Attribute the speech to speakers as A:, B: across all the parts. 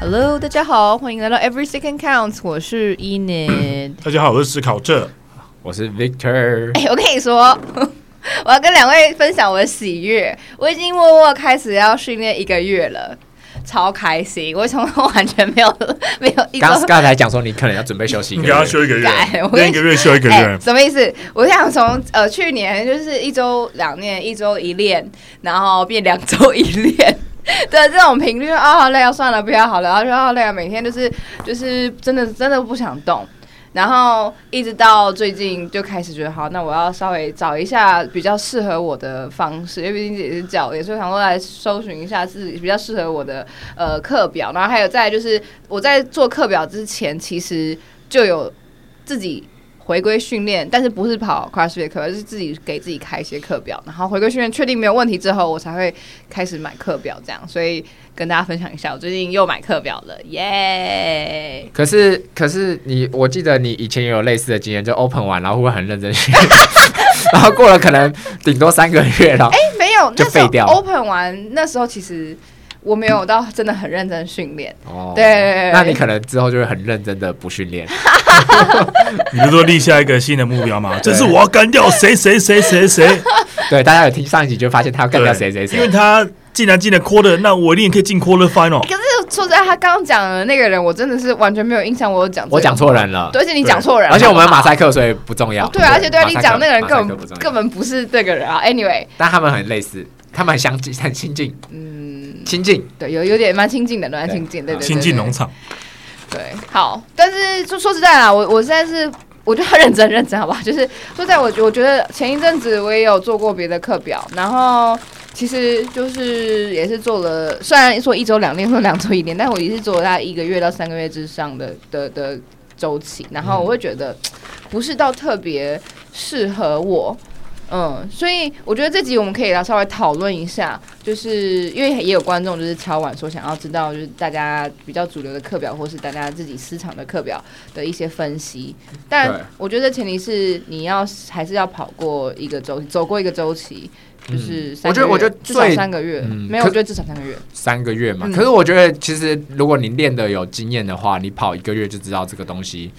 A: Hello，大家好，欢迎来到 Every Second Counts，我是 Enid。
B: 大家好，我是思考这。
C: 我是 Victor，
A: 哎、我跟你说， 我要跟两位分享我的喜悦，我已经默默开始要训练一个月了。超开心！我从完全没有没有一周
C: 刚刚才讲说你可能要准备休息一
B: 你
C: 个
B: 给
C: 月，
B: 他休一个月
A: 改我，跟
B: 练
A: 你
B: 一个月休一个
A: 哎、
B: 月。
A: 什么意思？我想从呃去年就是一周两练，一周一练，然后变两周一练。 对这种频率啊，好累啊，算了，不要好了，然后就啊累啊，每天就是就是真的真的不想动，然后一直到最近就开始觉得好，那我要稍微找一下比较适合我的方式，因为毕竟自己是教练，所以想说来搜寻一下自己比较适合我的呃课表，然后还有再来就是我在做课表之前，其实就有自己回归训练，但是不是跑 CrossFit 课，而是自己给自己开一些课表，然后回归训练确定没有问题之后，我才会开始买课表这样。所以跟大家分享一下，我最近又买课表了，耶！
C: 可是可是你，我记得你以前也有类似的经验，就 open 完然后会很认真 学，然后过了可能顶多三个月，然后
A: 哎，没有，
C: 就
A: 那时候
C: 废掉
A: Open 完那时候其实我没有到真的很认真训练，
C: 哦
A: 对
C: 那你可能之后就会很认真的不训练，
B: 你不是说立下一个新的目标 吗？这是我要干掉谁谁谁谁谁，
C: 对，大家有听上一集就发现他 要干掉谁谁
B: 因为
C: 谁，
B: 他既然进了 quarter，那我一定也可以进 quarter final。
A: 可是说实在，他刚刚讲的那个人，我真的是完全没有印象，我有讲这个
C: 我讲错人了，
A: 对，而且你讲错人了，
C: 而且我们
A: 好不好
C: 马赛克，所以不重要，
A: 对啊，而且对啊，你
C: 马赛克
A: 讲那个人
C: 马赛克
A: 根
C: 不
A: 本
C: 重要
A: 根本不是这个人啊，anyway。
C: 但他们很类似，他们很相近，很亲近，嗯，亲近，
A: 对，有有点蛮亲近的，蛮亲近，对对对，
B: 新进农场，
A: 对，好，但是说说实在啦，我我现在是。我就要认真认真，好不好？就是说，在我我觉得前一阵子我也有做过别的课表，然后其实就是也是做了，虽然说一周两练或两周一练，但我也是做了大概一个月到三个月之上的的的周期，然后我会觉得不是到特别适合我，嗯，所以我觉得这集我们可以来稍微讨论一下，就是因为也有观众就是敲碗说想要知道就是大家比较主流的课表，或是大家自己私藏的课表的一些分析。
C: 对
A: 但我觉得前提是你要还是要跑过一个周，走过一个周期，就是三个月、
C: 我觉得我觉得
A: 至少
C: 最
A: 三个月，
C: 嗯
A: 没有，
C: 可
A: 我觉得至少三个月。
C: 三个月嘛。
A: 嗯
C: 可是我觉得，其实如果你练的有经验的话，你跑一个月就知道这个东西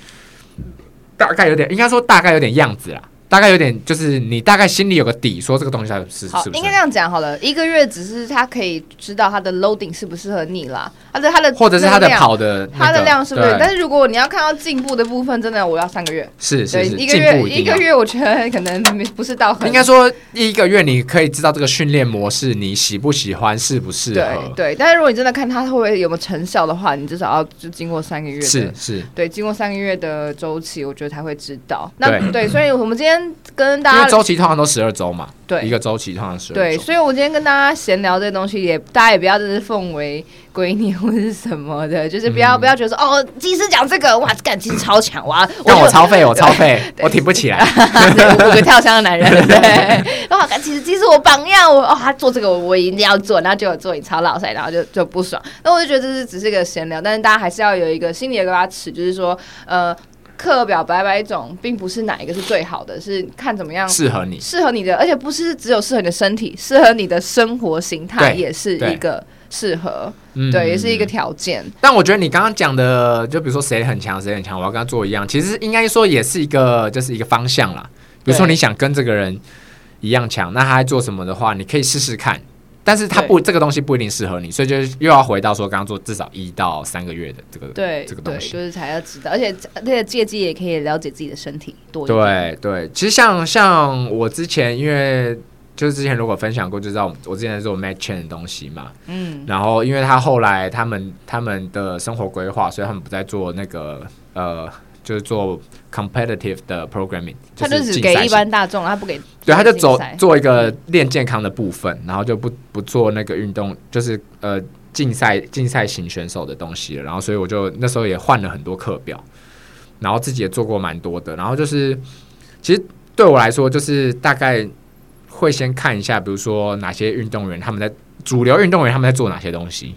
C: 大概有点，应该说大概有点样子啦，大概有点就是你大概心里有个底，说这个东西它是是
A: 好，
C: 不
A: 应
C: 是
A: 该这，样讲好了，一个月只是他可以知道他的 loading 适不适合你啦，他的他的
C: 或者是它的
A: 那个量。
C: 跑的那个
A: 它的量是不是？
C: 对
A: 但是如果你要看到进步的部分，真的我要三个月。
C: 是
A: 对，
C: 是是
A: 一个
C: 进
A: 月
C: 步一定
A: 个
C: 要。
A: 月，我觉得可能没不是到很
C: 应该说，一个月你可以知道这个训练模式你喜不喜欢，适不适
A: 对
C: 合，
A: 对。但是如果你真的看它会不会有没有成效的话，你至少要就经过三个月的
C: 是是。
A: 对，经过三个月的周期，我觉得才会知道。那
C: 对
A: 对，所以我们今天跟
C: 因
A: 大
C: 为
A: 家
C: 周期通常都十二周嘛，一
A: 对
C: 个周期通常十二
A: 对，
C: 周。
A: 所以我今天跟大家闲聊这东西也，大家也不要真是奉为圭臬或是什么的，就是不
C: 嗯
A: 要、不要觉得说哦，技师讲这个哇，感情超强哇，
C: 让我
A: 就
C: 超费，我超费，我挺不起来。
A: 五个跳箱的男人，对不对？哇，其实其实我榜样，我哦，他做这个我我一定要做，然后结果做你超老塞，然后就就不爽。那我就觉得这是只是个闲聊，但是大家还是要有一个心里有个把尺，就是说，呃，课表百百种，并不是哪一个是最好的，是看怎么样。
C: 适合你，
A: 适合你的，而且不是只有适合你的身体，适合你的生活形态
C: 对
A: 也是
C: 对
A: 一个适合，
C: 嗯
A: 对，也是一个条件。
C: 但我觉得你刚刚讲的，就比如说谁很强，谁很强，我要跟他做一样，其实应该说也是一个，就是一个方向啦。比如说
A: 对
C: 你想跟这个人一样强，那他在做什么的话，你可以试试看。但是他不，这个东西不一定适合你，所以就是又要回到说，刚刚做至少一到三个月的这个
A: 对，
C: 这个
A: 对，
C: 东西
A: 就。是才要知道，而且而且借机也可以了解自己的身体多一点。
C: 对对，其实像像我之前，因为就是之前如果分享过，就知道我我之前在做 match chain 的东西嘛，
A: 嗯，
C: 然后因为他后来他们他们的生活规划，所以他们不再做那个呃，就是做 competitive 的 programming，
A: 他
C: 就
A: 就是只
C: 竞
A: 给
C: 赛
A: 一
C: 性
A: 般大众，他不给。
C: 对，他就
A: 竞
C: 走
A: 赛
C: 做一个练健康的部分，然后就不不做那个运动，就是呃竞赛竞赛型选手的东西了。然后所以我就那时候也换了很多课表，然后自己也做过蛮多的。然后就是其实对我来说，就是大概会先看一下，比如说哪些运动员他们在主流运动员他们在做哪些东西，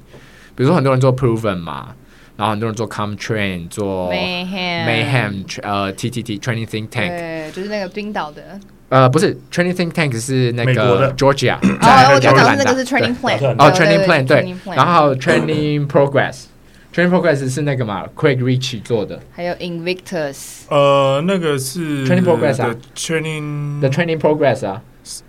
C: 比如说很多人做 proven 嘛，然后很多人做 com train 做
A: Mayhem
C: mayhem 呃 TTT training think tank。
A: 对，就是那个冰岛的。
C: 呃，不是，Training Think Tank 是那
B: 美国
C: 个
B: 的
C: Georgia，
B: 在
A: 哦，我
B: 在
A: 讲
C: 乌
A: 的
C: 兰
A: 那
C: 达
A: 个是 training plan，
B: 对
C: 哦，Training Plan 哦对，然
A: 后
C: 后 Training Progress。 Train Progress 是那个嘛，Craig Rich 做的
A: 还有 Invictus，
B: 呃，那个是
C: Training progress 啊
B: t r a i n i n
C: The Training Progress 啊，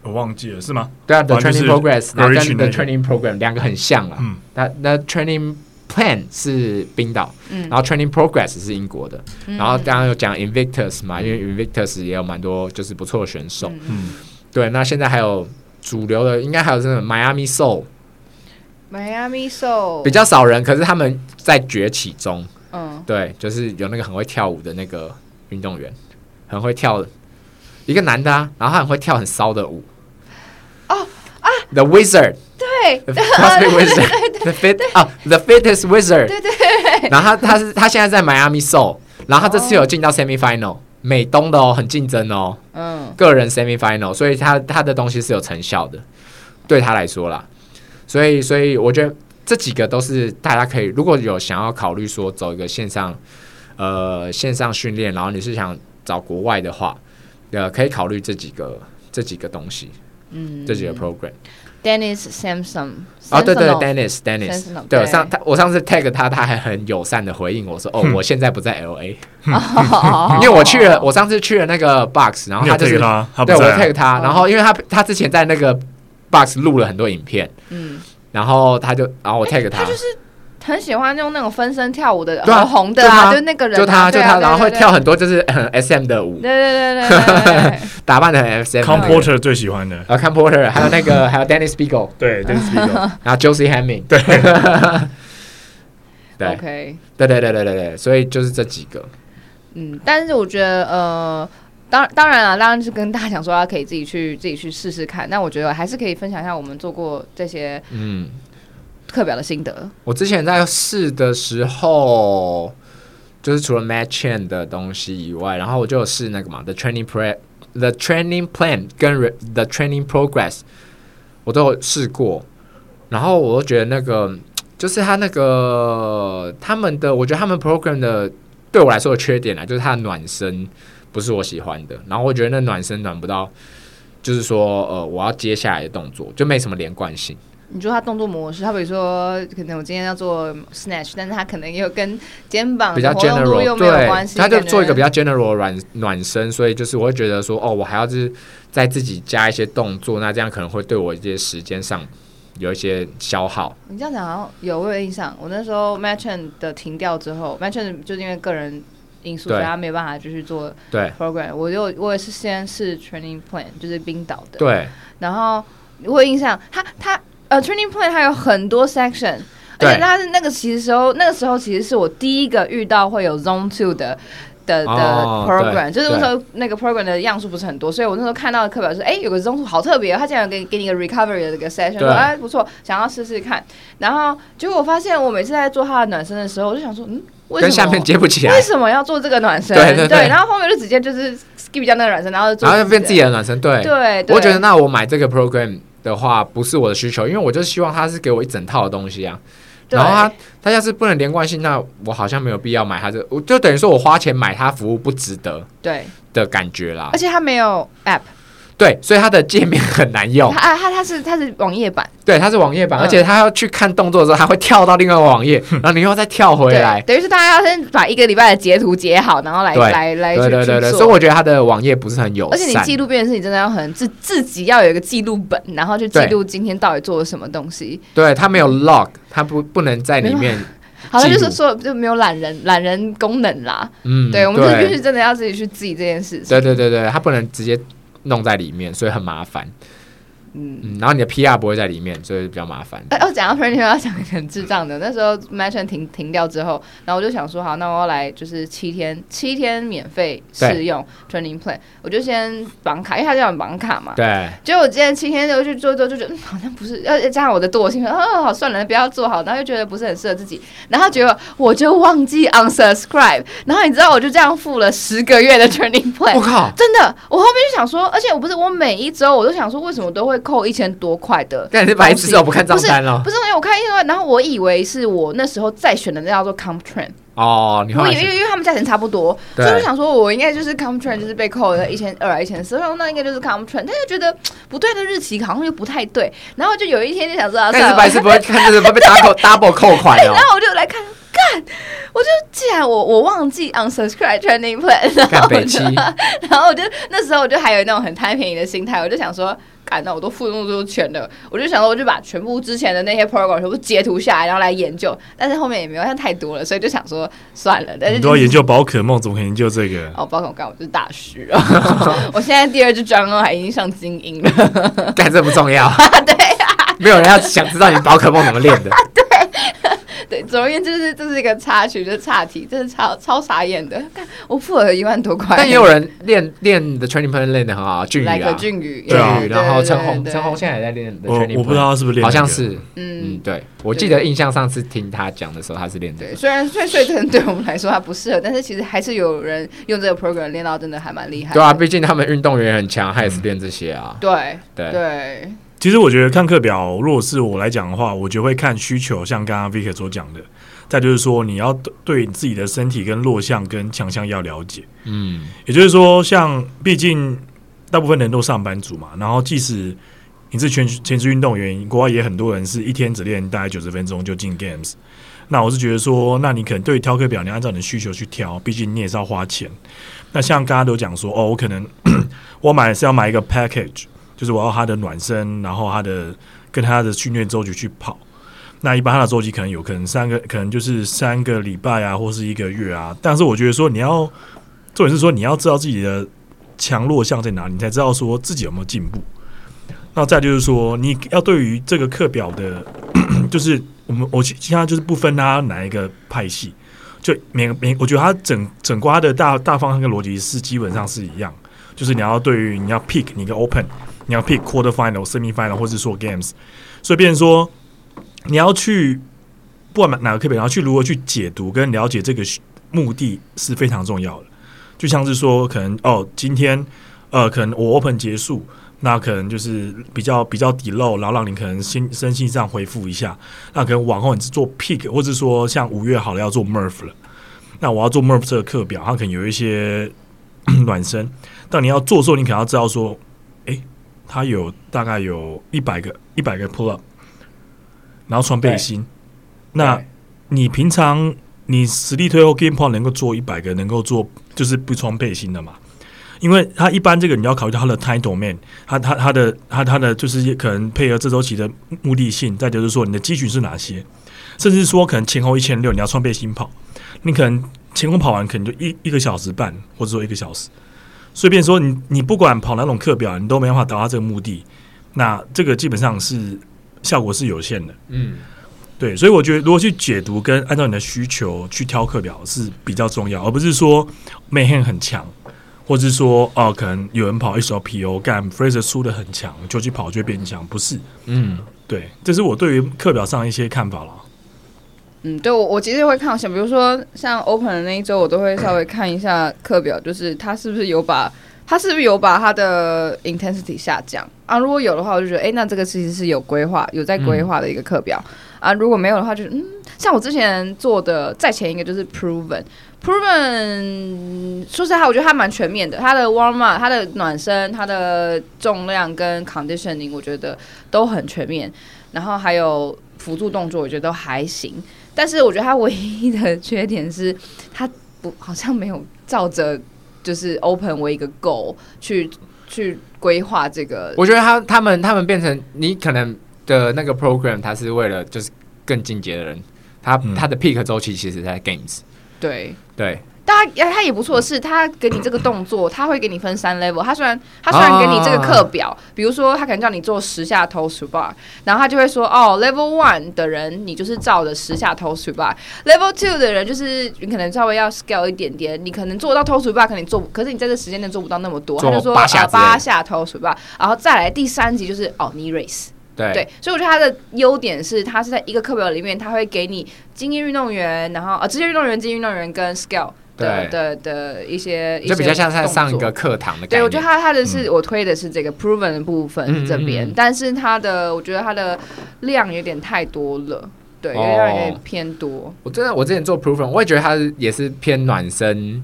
B: 我忘记了是吗？
C: 对啊，The
B: 哦就是
C: Training Progress 然后
B: Rich
C: 跟
B: 那
C: The
B: 个
C: Training Program 两个很像啊
B: 嗯，
C: 那那 Training Plan 是冰岛，
A: 嗯
C: 然后 Training Progress 是英国的，
A: 嗯
C: 然后刚刚有讲 Invictus 嘛，因为 Invictus 也有蛮多就是不错的选手，
A: 嗯
B: 嗯，
C: 对，那现在还有主流的，应该还有这种 Miami Soul，
A: Miami Soul
C: 比较少人，可是他们在崛起中，
A: 嗯
C: 对，就是有那个很会跳舞的那个运动员，很会跳，一个男的啊，然后他很会跳很骚的舞，
A: 哦
C: 啊，The Wizard。
A: 对
C: The Cosmic Wizard, the fit 啊，The Fittest Wizard。对对哦然后他他是他现在在 Miami Soul，然后他这次有进到 semi final，美东的哦，很竞争哦，
A: 嗯
C: 个人 semi final，所以他他的东西是有成效的，对他来说啦。所以所以我觉得这几个都是大家可以，如果有想要考虑说走一个线上呃线上训练，然后你是想找国外的话，呃，可以考虑这几个这几个东西，
A: 嗯
C: 这几个 program。
A: Dennis Samson
C: 啊，对对
A: Samsonov
C: ，Dennis
A: Sentinel，
C: Dennis，对
A: 对
C: 我上他我上次 tag 他，他还很友善的回应我说，哦，我现在不在 L A，
A: 哦
C: 因为我去了，我上次去了那个 box，然后
B: 你有
C: 啊他就
B: take
C: 是
B: 他，他不
C: 对我
B: 在啊
C: tag
A: 哦
C: 他，然后因为他他之前在那个 box 录了很多影片，
A: 嗯，哎
C: 然后他就然后我 tag
A: 他就是很喜欢用那种分身跳舞的，
C: 对啊
A: 很红的啊，
C: 就他
A: 就那个人啊，
C: 就他就
A: 对啊
C: 他，然后会跳，很多就是 很 SM 的舞
A: 对，对对对对对对对，
C: 打扮的很 SM 的。
B: ，Con Porter 最喜欢的，
C: 然后 c o m p o r t e r 还有 那个还有 Dennis Spiegel，
B: 对，这是一个，
C: 然后 Josie Hemming，对， 对
A: OK，
C: 对对对对对对，所以就是这几个，
A: 嗯，但是我觉得呃。当当然了，当然是跟大家讲说，大家可以自己去自己去试试看。那我觉得还是可以分享一下我们做过这些
C: 嗯。
A: 课表的心得。
C: 我之前在试的时候，就是除了 match chain 的东西以外，然后我就有试那个嘛，the training pre the training plan 跟 re, the training progress，我都有试过。然后我就觉得那个就是他那个他们的，我觉得他们 program 的对我来说的缺点啊，就是它的暖身不是我喜欢的。然后我觉得那暖身暖不到，就是说呃，我要接下来的动作就没什么连贯性。
A: 你说他动作模式，他比如说，可能我今天要做 snatch，但是他可能也有跟肩膀
C: 比较
A: 活动
C: general，
A: 度
C: 对，
A: 又没有关系，
C: 他就
A: 感觉
C: 做一个比较 general 的暖暖身，所以就是我会觉得说，哦，我还要就是在自己加一些动作，那这样可能会对我一些时间上有一些消耗。
A: 你这样讲好像有我有印象，我那时候 Matchen 的停掉之后，Matchen 就是因为个人因素，
C: 对
A: 所以他没有办法继续做
C: 对
A: program。我就我也是先试 training plan，就是冰岛的，
C: 对
A: 然后我有印象，他他呃 training plan 它有很多 section。而且
C: 对
A: 它是那个其实时候，那个时候其实是我第一个遇到会有 Zone Two 的的的
C: 哦
A: program，、
C: 对
A: 就是那时候那个 program 的样数不是很多，所以我那时候看到的课表是，哎、有个 Zone Two 好特别哦，他竟然有给你给你一个 recovery 的一个 session，
C: 对
A: 说哎不错，想要试试看。然后结果我发现我每次在做他的暖身的时候，我就想说，嗯，为什
C: 跟
A: 么
C: 下面接不起来
A: 为，什么要做这个暖身？
C: 对对对
A: 然后后面就直接就是 skip 掉那个暖身，然后就做
C: 然后就变自己的暖身。对，
A: 对，对
C: 我觉得那我买这个 program 的话，不是我的需求，因为我就希望它是给我一整套的东西啊。然后它它要是不能连贯性，那我好像没有必要买它这，我就等于说我花钱买它服务不值得
A: 对，
C: 的感觉啦
A: 而。且它没有 app，
C: 对，所以它的界面很难用
A: 它。啊它它是它是网页版，
C: 对，它是网页版，
A: 嗯
C: 而且它要去看动作的时候，它会跳到另外一个网页，然后你又再跳回来
A: 对，。等于是大家要先把一个礼拜的截图截好，然后来
C: 对
A: 来来
C: 对
A: 去
C: 对对对，
A: 去
C: 所以
A: 做。
C: 我觉得它的网页不是很友
A: 而且你
C: 善。
A: 记录变成是你真的要很自自己要有一个记录本，然后去记
C: 对
A: 录今天到底做了什么东西。
C: 对，它没有 log，它不不能在里面。
A: 好像就是
C: 记
A: 说就没有懒人懒人功能啦。
C: 嗯，
A: 对，我们就是必须
C: 对
A: 真的要自己去记这件事情。
C: 对对对对，它不能直接弄在里面，所以很麻烦。
A: 嗯。
C: 嗯，然后你的 PR 不会在里面，所以比较麻烦。
A: 哎，哦，讲到 training 要讲一个很智障的。 那时候 Matchen 停停掉之后，然后我就想说，好，那我要来就是七天七天免费试用 training plan，我就先绑卡，因为它叫绑卡嘛。
C: 对，
A: 结果我今天七天就去做一做，就觉得、嗯、好像不是，要加上我的惰性，说哦，好算了，不要做好，然后又觉得不是很适合自己，然后结果我就忘记 unsubscribe，然后你知道我就这样付了十个月的 training
C: 我
A: plan。
C: 靠，
A: 真的，我后面就想说，而且我不是我每一周我都想说，为什么都会扣一千多块的
C: 那你是白痴哦，不看账
A: 不是
C: 单哦。
A: 不是，因哎为我看因为，然后我以为是我那时候再选的那叫做 Comtrain，
C: 哦，你后
A: 我
C: 来
A: 以为因
C: 是
A: 为因为他们价钱差不多，所
C: 对
A: 以我想说我应该就是 Comtrain 就是被扣了一千二啊一千四，我想说那应该就是 Comtrain，但又觉得嘖不对的日期好像又不太对，然后就有一天就想说，啊
C: 那
A: 算了
C: 你是白痴，不会看这个会被 double double 扣款哦
A: 然。后我就来看，干干我我忘记 unsubscribe training plan，然后我
C: 北
A: 就
C: 七
A: 然后我就那时候我就还有那种很贪便宜的心态，我就想说，干那我都付那么多钱了，我就想说我就把全部之前的那些 program 全部截图下来，然后来研究，但是后面也没有，像太多了，所以就想说算了，但 是
B: 你
A: 就
B: 都要研究宝可梦，怎么可能研究这个？
A: 哦，包括我干，我就是大师啊！ 我现在第二只专二还已经上精英了，
C: 干这不重要，
A: 对啊
C: 没有人要想知道你宝可梦怎么 练的。
A: 对，总而言之，就是这是一个插曲，就是岔题，真是超超傻眼的。干我付了一万多块，
C: 但也有人练练的 training plan 练的很好，啊，俊宇
A: 来个
C: 啊，
A: 俊宇，
B: 对啊
C: 宇，然后陈红，
A: 对
C: 陈红，现在也在练的
B: 我
C: training plan，
B: 我不知道他是不是练
C: 好
B: 那个
C: 像是，
A: 嗯
C: 嗯，，对，我记得印象上次听他讲的时候，他是练这
A: 对，
C: 个。
A: 虽然虽然所以可能对我们来说啊它不适合，但是其实还是有人用这个 program 练到真的还蛮厉害的。
C: 对啊，毕竟他们运动员很强，他也是练这些啊。
A: 嗯对
C: 对，
A: 对，
B: 其实我觉得看课表，如果是我来讲的话，我就会看需求，像刚刚 Vicky 所讲的，再就是说你要对你自己的身体跟弱项跟强项要了解。
C: 嗯，
B: 也就是说，像毕竟大部分人都上班族嘛，然后即使你是全全职运动员，国外也很多人是一天只练大概九十分钟就进 Games。那我是觉得说，那你可能对挑课表，你按照你的需求去挑，毕竟你也是要花钱。那像刚刚都讲说，哦，我可能 我买是要买一个 package，就是我要它的暖身，然后它的跟它的训练周期去跑。那一般它的周期可能有可能三个，可能就是三个礼拜啊，或是一个月啊。但是我觉得说，你要重点是说你要知道自己的强弱项在哪里，你才知道说自己有没有进步。那再就是说，你要对于这个课表的， 就是我们我现在就是不分它哪一个派系，就每个每我觉得它整整瓜的大大方向跟逻辑是基本上是一样，就是你要对于你要 pick 你一个 open，你要 pick quarter final、semi final 或是说 games，所以变成说你要去不管哪个课表，你要去如何去解读跟了解这个目的是非常重要的。就像是说，可能哦，今天呃，可能我 open 结束，那可能就是比较比较底漏，然后让你可能心身心上恢复一下。那可能往后你是做 pick，或者说像五月好了要做 merv 了，那我要做 merv 这个课表，它可能有一些 暖身。但你要做的时候，你可能要知道说，诶，它有大概有一百个一百个 pull up，然后穿背心，那
C: 对
B: 你平常你实力推后 game p o i n 能够做一百个，能够做就是不穿背心的嘛？因为他一般这个你要考虑到他的 time domain，他他他的他他的就是可能配合这周期的目的性，再就是说你的肌群是哪些，甚至说可能前后一千六你要穿背心跑，你可能前后跑完可能就一一个小时半，或者说一个小时，随便说你你不管跑哪种课表，你都没办法达到这个目的，那这个基本上是效果是有限的。
C: 嗯，
B: 对，所以我觉得如果去解读跟按照你的需求去挑课表是比较重要，而不是说 m a n 很强，或是说哦、可能有人跑 HLPO 干 Fraser 输的很强，就去跑就会变强，不是？
C: 嗯，
B: 对，这是我对于课表上一些看法了。
A: 嗯，对我我其实会看，像比如说像 Open 的那一周，我都会稍微看一下课表，就是他是不是有把他是不是有把他的 intensity 下降啊？如果有的话，我就觉得哎，诶那这个其实是有规划、有在
C: 嗯
A: 规划的一个课表、啊。如果没有的话就，嗯，像我之前做的再前一个就是 Proven。Proven，说实话，我觉得它蛮全面的。它的 warm up、它的暖身、它的重量跟 conditioning，我觉得都很全面。然后还有辅助动作，我觉得都还行。但是我觉得它唯一的缺点是，它不好像没有照着就是 open 为一个 goal 去去规划这个。
C: 我觉得他他们他们变成你可能的那个 program，他是为了就是更进阶的人，他
B: 嗯
C: 他的 peak 周期其实在 games，
A: 对，
C: 对，
A: 但它它哎也不错的是，它给你这个动作，它会给你分三 level。它虽然它虽然给你这个课表，比如说它可能叫你做十下 t o s u bar，然后它就会说哦，level one 的人你就是照着十下 t o s u bar，level two 的人就是你可能稍微要 scale 一点点，你可能做到 t o s u bar，可能你做不，可是你在这时间内做不到那么多，他
C: 做
A: 就说
C: 八下
A: 啊
C: 之类的
A: 八下 t o s u bar，然后再来第三级就是哦 knee raise。
C: 对，
A: 对，所以我觉得它的优点是，它是在一个课表里面，它会给你精英运动员，然后呃，职业运动员、精英运动员跟 scale 的
C: 对
A: 的的一些，一些
C: 就比较像在上一
A: 动作。
C: 个课堂的概念。
A: 对，我觉得它它的是、我推的是这个 proven 的部分
C: 嗯
A: 这边，
C: 嗯嗯
A: 但是它的我觉得它的量有点太多了，对，有点
C: 哦
A: 有点偏多。
C: 我真的我之前做 proven，我也觉得他也是偏暖身，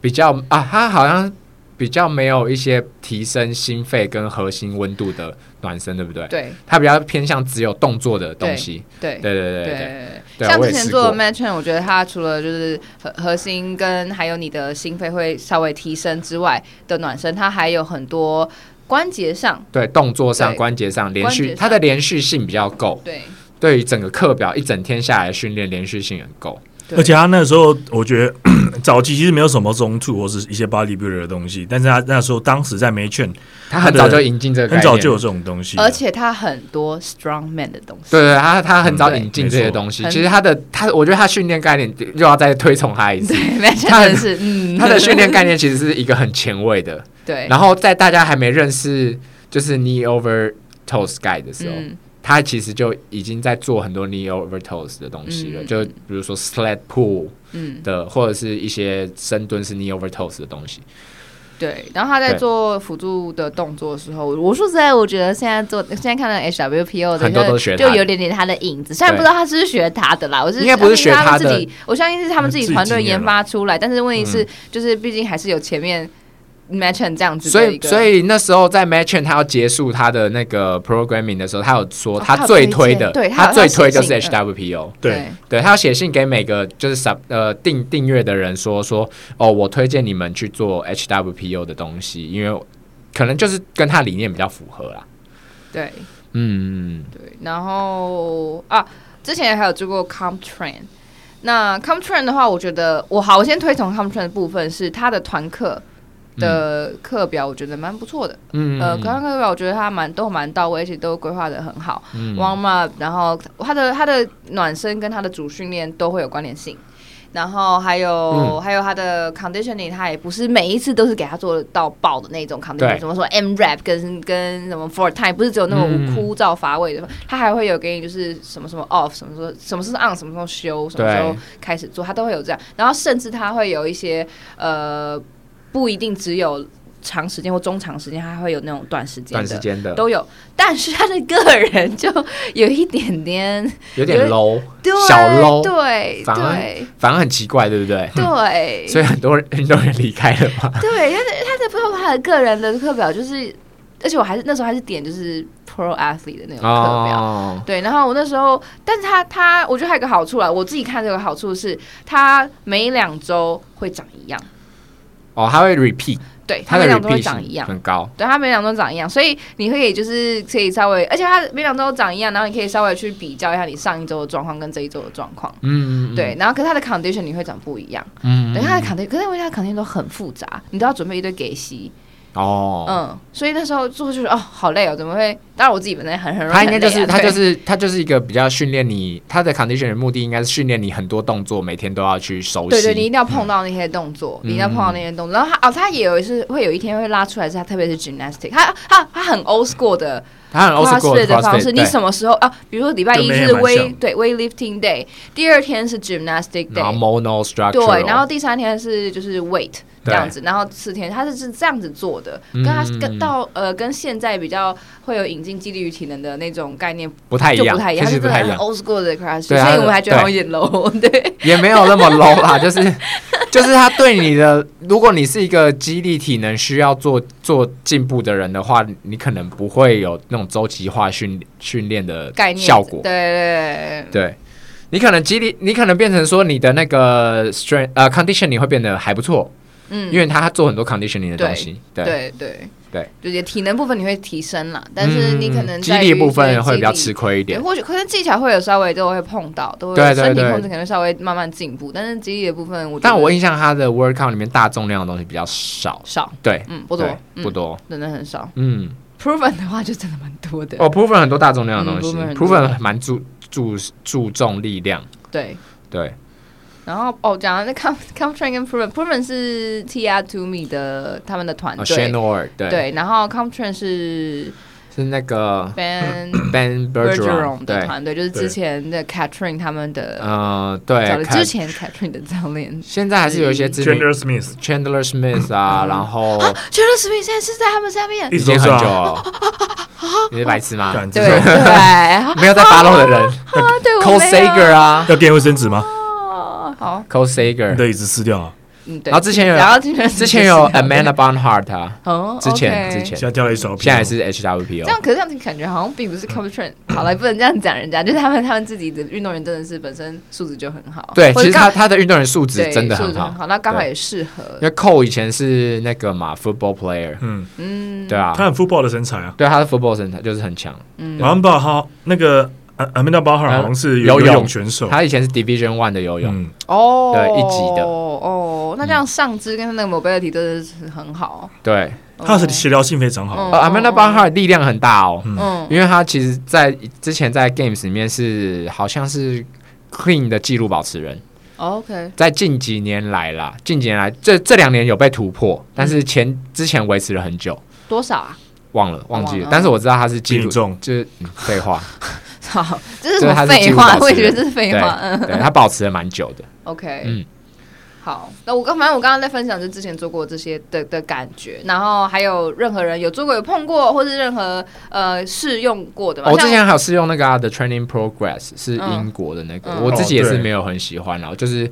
C: 比较啊，他好像比较没有一些提升心肺跟核心温度的暖身，对不对？
A: 对
C: 他比较偏向只有动作的东西。
A: 对
C: 对对对对
A: 对
C: 对。对啊
A: 像
C: 我
A: 之
C: 也
A: 前
C: 试
A: 做的
C: 过。
A: match train，我觉得它除了就是核核心跟还有你的心肺会稍微提升之外的暖身，它还有很多关节上
C: 对动作上、
A: 对
C: 关节上连
A: 关节
C: 续，
A: 上
C: 它的连续性比较够。
A: 对
C: 对于整个课表一整天下来的训练，连续性很够。
A: 对
B: 而且他那时候，我觉得 早期其实没有什么中柱或是一些 bodybuilder 的东西，但是他那时候当时在 m a c h n
C: 他很
B: 它的
C: 早就引进这个概
B: 很
C: 念，
B: 早就有这种东西了，
A: 而且它很多 strong man 的东西。
C: 对对，他他很早
A: 嗯
C: 引进这
B: 没错
C: 些东西。
A: 很
C: 其实他的他，我觉得他训练概念又要再推崇他一次
A: 对。，match train
C: 它很
A: 真的是， 嗯，
C: 他 的训练概念其实是一个很前卫的，
A: 对，
C: 然后在大家还没认识就是 knee over toes guy 的时候，
A: 嗯，
C: 他其实就已经在做很多 knee over toes 的东西了，
A: 嗯
C: 就比如说 sled pull
A: 嗯，
C: 的，或者是一些深蹲是 knee over toes 的东西。
A: 对。然后他在
C: 对
A: 做辅助的动作的时候，我说实在，我觉得现在做现在看到 HWPO 的，
C: 很多都学
A: 就
C: 他的
A: 有点点他的影子。虽然
C: 对
A: 不知道他是不是学他的啦，我是
C: 应该不是学
A: 他
C: 他
A: 们
C: 的嗯
A: 自己，我相信是他们自己
B: 自己
A: 团队
B: 经验
A: 研
B: 啦
A: 发出来。但是问题是，就是毕竟还是有前面 match and 这样子
C: 所
A: 的一
C: 以，
A: 个，
C: 所以那时候在 Matchin 他要结束他的那个 programming 的时候，他有说
A: 哦他有
C: 他最推的，
A: 推荐对他
C: 他
A: 有
C: 最推就是
A: 他有写信
C: HWPO，、
B: 对，
C: 对他要写信给每个就是 sub 呃订订阅的人说说哦，我推荐你们去做 HWPO 的东西，因为可能就是跟他理念比较符合啦。
A: 对
C: 嗯，
A: 对，然后啊，之前还有做过 Com Train。那 Com Train 的话，我觉得我好，我先推崇 Com Train 的部分是它的团课的课表，我觉得蛮不错的。
C: 嗯
A: 呃，团课表我觉得它蛮都蛮到位，而且都规划的很好。
C: 嗯
A: warm up，然后它的它的暖身跟它的主训练都会有关联性。然后还有、
C: 嗯
A: 还有它的 conditioning，它也不是每一次都是给他做到爆的那种 conditioning，
C: 对
A: 什么说 M rap 跟跟什么 four time，不是只有那种
C: 嗯
A: 枯燥乏味的，它还会有给你就是什么什么 off，什么时候什么时候 on，什么时候休，什么时候
C: 对
A: 开始做，它都会有这样。然后甚至它会有一些呃，不一定只有长时间或中长时间，它还会有那种短时间
C: 短时
A: 的。
C: 间的
A: 都有，但是他的个人就有一点点
C: 有点
A: 有
C: low，
A: 对
C: 小 low，
A: 对
C: 反而
A: 对
C: 反正很奇怪，对不对？
A: 对，
C: 嗯 所以很多人运动员离开了嘛。
A: 对他的他的包括他的个人的课表就是，而且我还是那时候还是点就是 pro athlete 的那种课表。
C: 哦，
A: 对，然后我那时候，但是他他，我觉得还有一个好处啦，我自己看这个好处是，他每两周会长一样，
C: 哦，他会 repeat，
A: 对，他每
C: 他的
A: 两周会
C: repeat
A: 长一
C: 性
A: 样，
C: 很高。
A: 对，它每两周长一样，所以你可以就是可以稍微，而且它每两周长一样，然后你可以稍微去比较一下你上一周的状况跟这一周的状况。
C: 嗯，嗯，
A: 对，然后可是它的 condition 你会长不一样，
C: 嗯，嗯
A: 对它的 condition，可是因为它的 condition 都很复杂，你都要准备一堆给息，
C: 哦，
A: 嗯，所以那时候做就是哦，好累哦，怎么会？当然我自己本身很很容易
C: 他应该就是
A: 很累啊
C: 他就
A: 对
C: 是他就是一个比较训练你他的 condition 的目的应该是训练你很多动作，每天都要去熟悉。
A: 对对，你一定要碰到那些动作，
C: 嗯
A: 你一定要碰到那些动作。然后他哦，他也有一次会有一天会拉出来，是他特别是 gymnastic，他他他很 old school 的
C: 他很 old school
A: CrossFit 的方式，你
C: 对
A: 什么时候啊？比如说礼拜一
B: 跟 Mayhem
A: 是
B: 蛮
A: weight
B: 像
A: 对 weightlifting day，第二天是 gymnastic
C: 然后
A: day，
C: mono structure，哦
A: 对，然后第三天是就是 weight 这样子，然后四天它是是这样子做的，跟它
C: 嗯
A: 跟到呃跟现在比较会有引进肌力与体能的那种概念
C: 不太一
A: 就
C: 样，
A: 不太一样，它
C: 其实
A: 是
C: 不
A: 真的
C: 太一
A: 很
C: 样，
A: old school 的 crash，所
C: 对
A: 以
C: 它
A: 我们还觉得
C: 对
A: 好像有点 low，对
C: 也没有那么 low 啦，就是就是他对你的，如果你是一个肌力体能需要做做进步的人的话，你可能不会有那种周期化训训练的
A: 概念
C: 效果
A: 对，对
C: 对。你可能肌力，你可能变成说你的那个 strength 呃 condition 你会变得还不错，
A: 嗯
C: 因为他做很多 conditioning 的东西，对
A: 对对
C: 对，
A: 就是体能部分你会提升啦，但是你可能在
C: 嗯肌力
A: 于
C: 部
A: 这
C: 分
A: 个
C: 会
A: 肌
C: 比较
A: 力
C: 吃亏一
A: 对，
C: 点。
A: 或许可能技巧会有稍微都会碰到，都会
C: 对对
A: 身体
C: 对
A: 控制可能会稍微慢慢进步，但是肌力的部分我觉得
C: 但我印象他的 workout 里面大重量的东西比较少，
A: 少，
C: 对，
A: 嗯，不多
C: 对，
A: 嗯
C: 不，多，
A: 真的很少。
C: 嗯，
A: Proven 的话就真的蛮多的，
C: 哦，proven 很多大重量的东西
A: 嗯，proven 很
C: ，proven 蛮注注注重力量，
A: 对。
C: 对，
A: 然后哦，讲到那 Com Comtrain 跟 Proven，Proven 是 Tia To Me 的他们的团
C: 哦 s h a n
A: 队，
C: o r 对，
A: 对，然后 Comtrain 是
C: 是那个
A: Ben
C: Ben
A: Bergeron
C: Bergeron，
A: 的
C: 对，
A: 团队，就是之
B: 对
A: 前的 Catherine 他们的
C: 嗯，
A: 教
C: 对，
A: 练，
C: 看
A: 之前 Catherine 的教练。
C: 现在还是有一些知名
B: Chandler Smith
C: Chandler Smith
A: 嗯
C: 啊，然后
A: Chandler Smith 现在是在他们下 面，
B: 一
C: 已
B: 直都
C: 经
B: 是
C: 很久
B: 啊，
C: 了，你是白 痴吗？
B: 干这
A: 对
B: 种
A: 对，
C: 没有在 follow 的人
A: 啊，对，我
C: ，Cole
A: 没有
C: Sager 啊
B: 要垫卫生纸吗？
A: 哦，好，
C: ，Cole Sager，
B: 你的椅子撕掉啊！
A: 嗯，对
C: 然后。之前有
A: 然后之前
C: 之前有 Amanda Bonhart 啊，
A: 哦，
C: 之前
A: OK
C: 之前
B: 现在掉了一手，
C: 现在也是 HWPO
A: 这。样，可是这样子感觉好像并
C: 嗯
A: 不是 c o p t r e n 好了，不能这样讲人家，就是他们他们自己的运动员真的是本身素质就很好，
C: 对，
A: 或
C: 其
A: 者
C: 实
A: 刚
C: 他他的运动员素质
A: 对
C: 真的
A: 素
C: 很
A: 质
C: 好
A: 很，那刚好
C: 对
A: 也适合
C: 因，为寇以前是那个嘛 football player，
B: 嗯，
A: 嗯，
C: 对啊，
B: 他很 football 的身材啊。
C: 对他的 football 身材就是很强。
B: 好像把他那个呃阿阿曼达巴哈尔好像是游
C: 游泳
B: 泳选手，
C: 呃他以前是 Division One 的游泳，
B: 嗯，
A: 哦，
C: 对一级的嗯
A: 哦，那这样上肢跟那个 mobility 真的是很好，
C: 对，
B: 他的
A: 哦
B: 协调性非常好。
A: 嗯
C: 呃，Amanda Barhart 力量很大哦，
A: 嗯，
C: 因为他其实在之前在 Games 里面是好像是 Clean 的纪录保持人，
A: 哦 OK，
C: 在近几年来啦，近几年来这这两年有被突破，但
A: 嗯
C: 是前之前维持了很久，
A: 多少啊？
C: 忘了忘记
A: 忘
C: 了
A: 了，
C: 但是我知道他是纪
B: 比
C: 录
B: 你重
C: 就是嗯废话，
A: 好，这是什
C: 就是
A: 么
C: 他是
A: 废
C: 纪录
A: 话？
C: 保持
A: 我也觉得
C: 人
A: 这是废
C: 对
A: 话。嗯
C: 对他保持了蛮久的，
A: ，OK，
C: 嗯，
A: 好，那我刚反正我刚刚在分享就之前做过这些的的感觉，然后还有任何人有做过、有碰过，或是任何呃试用过的嘛？
C: 哦我
A: 像
C: 之前还有试用那个啊 The Training Progress 是英国的那个，
A: 嗯
C: 我自己也
B: 哦
C: 是
B: 对
C: 没有很喜欢，然后就是。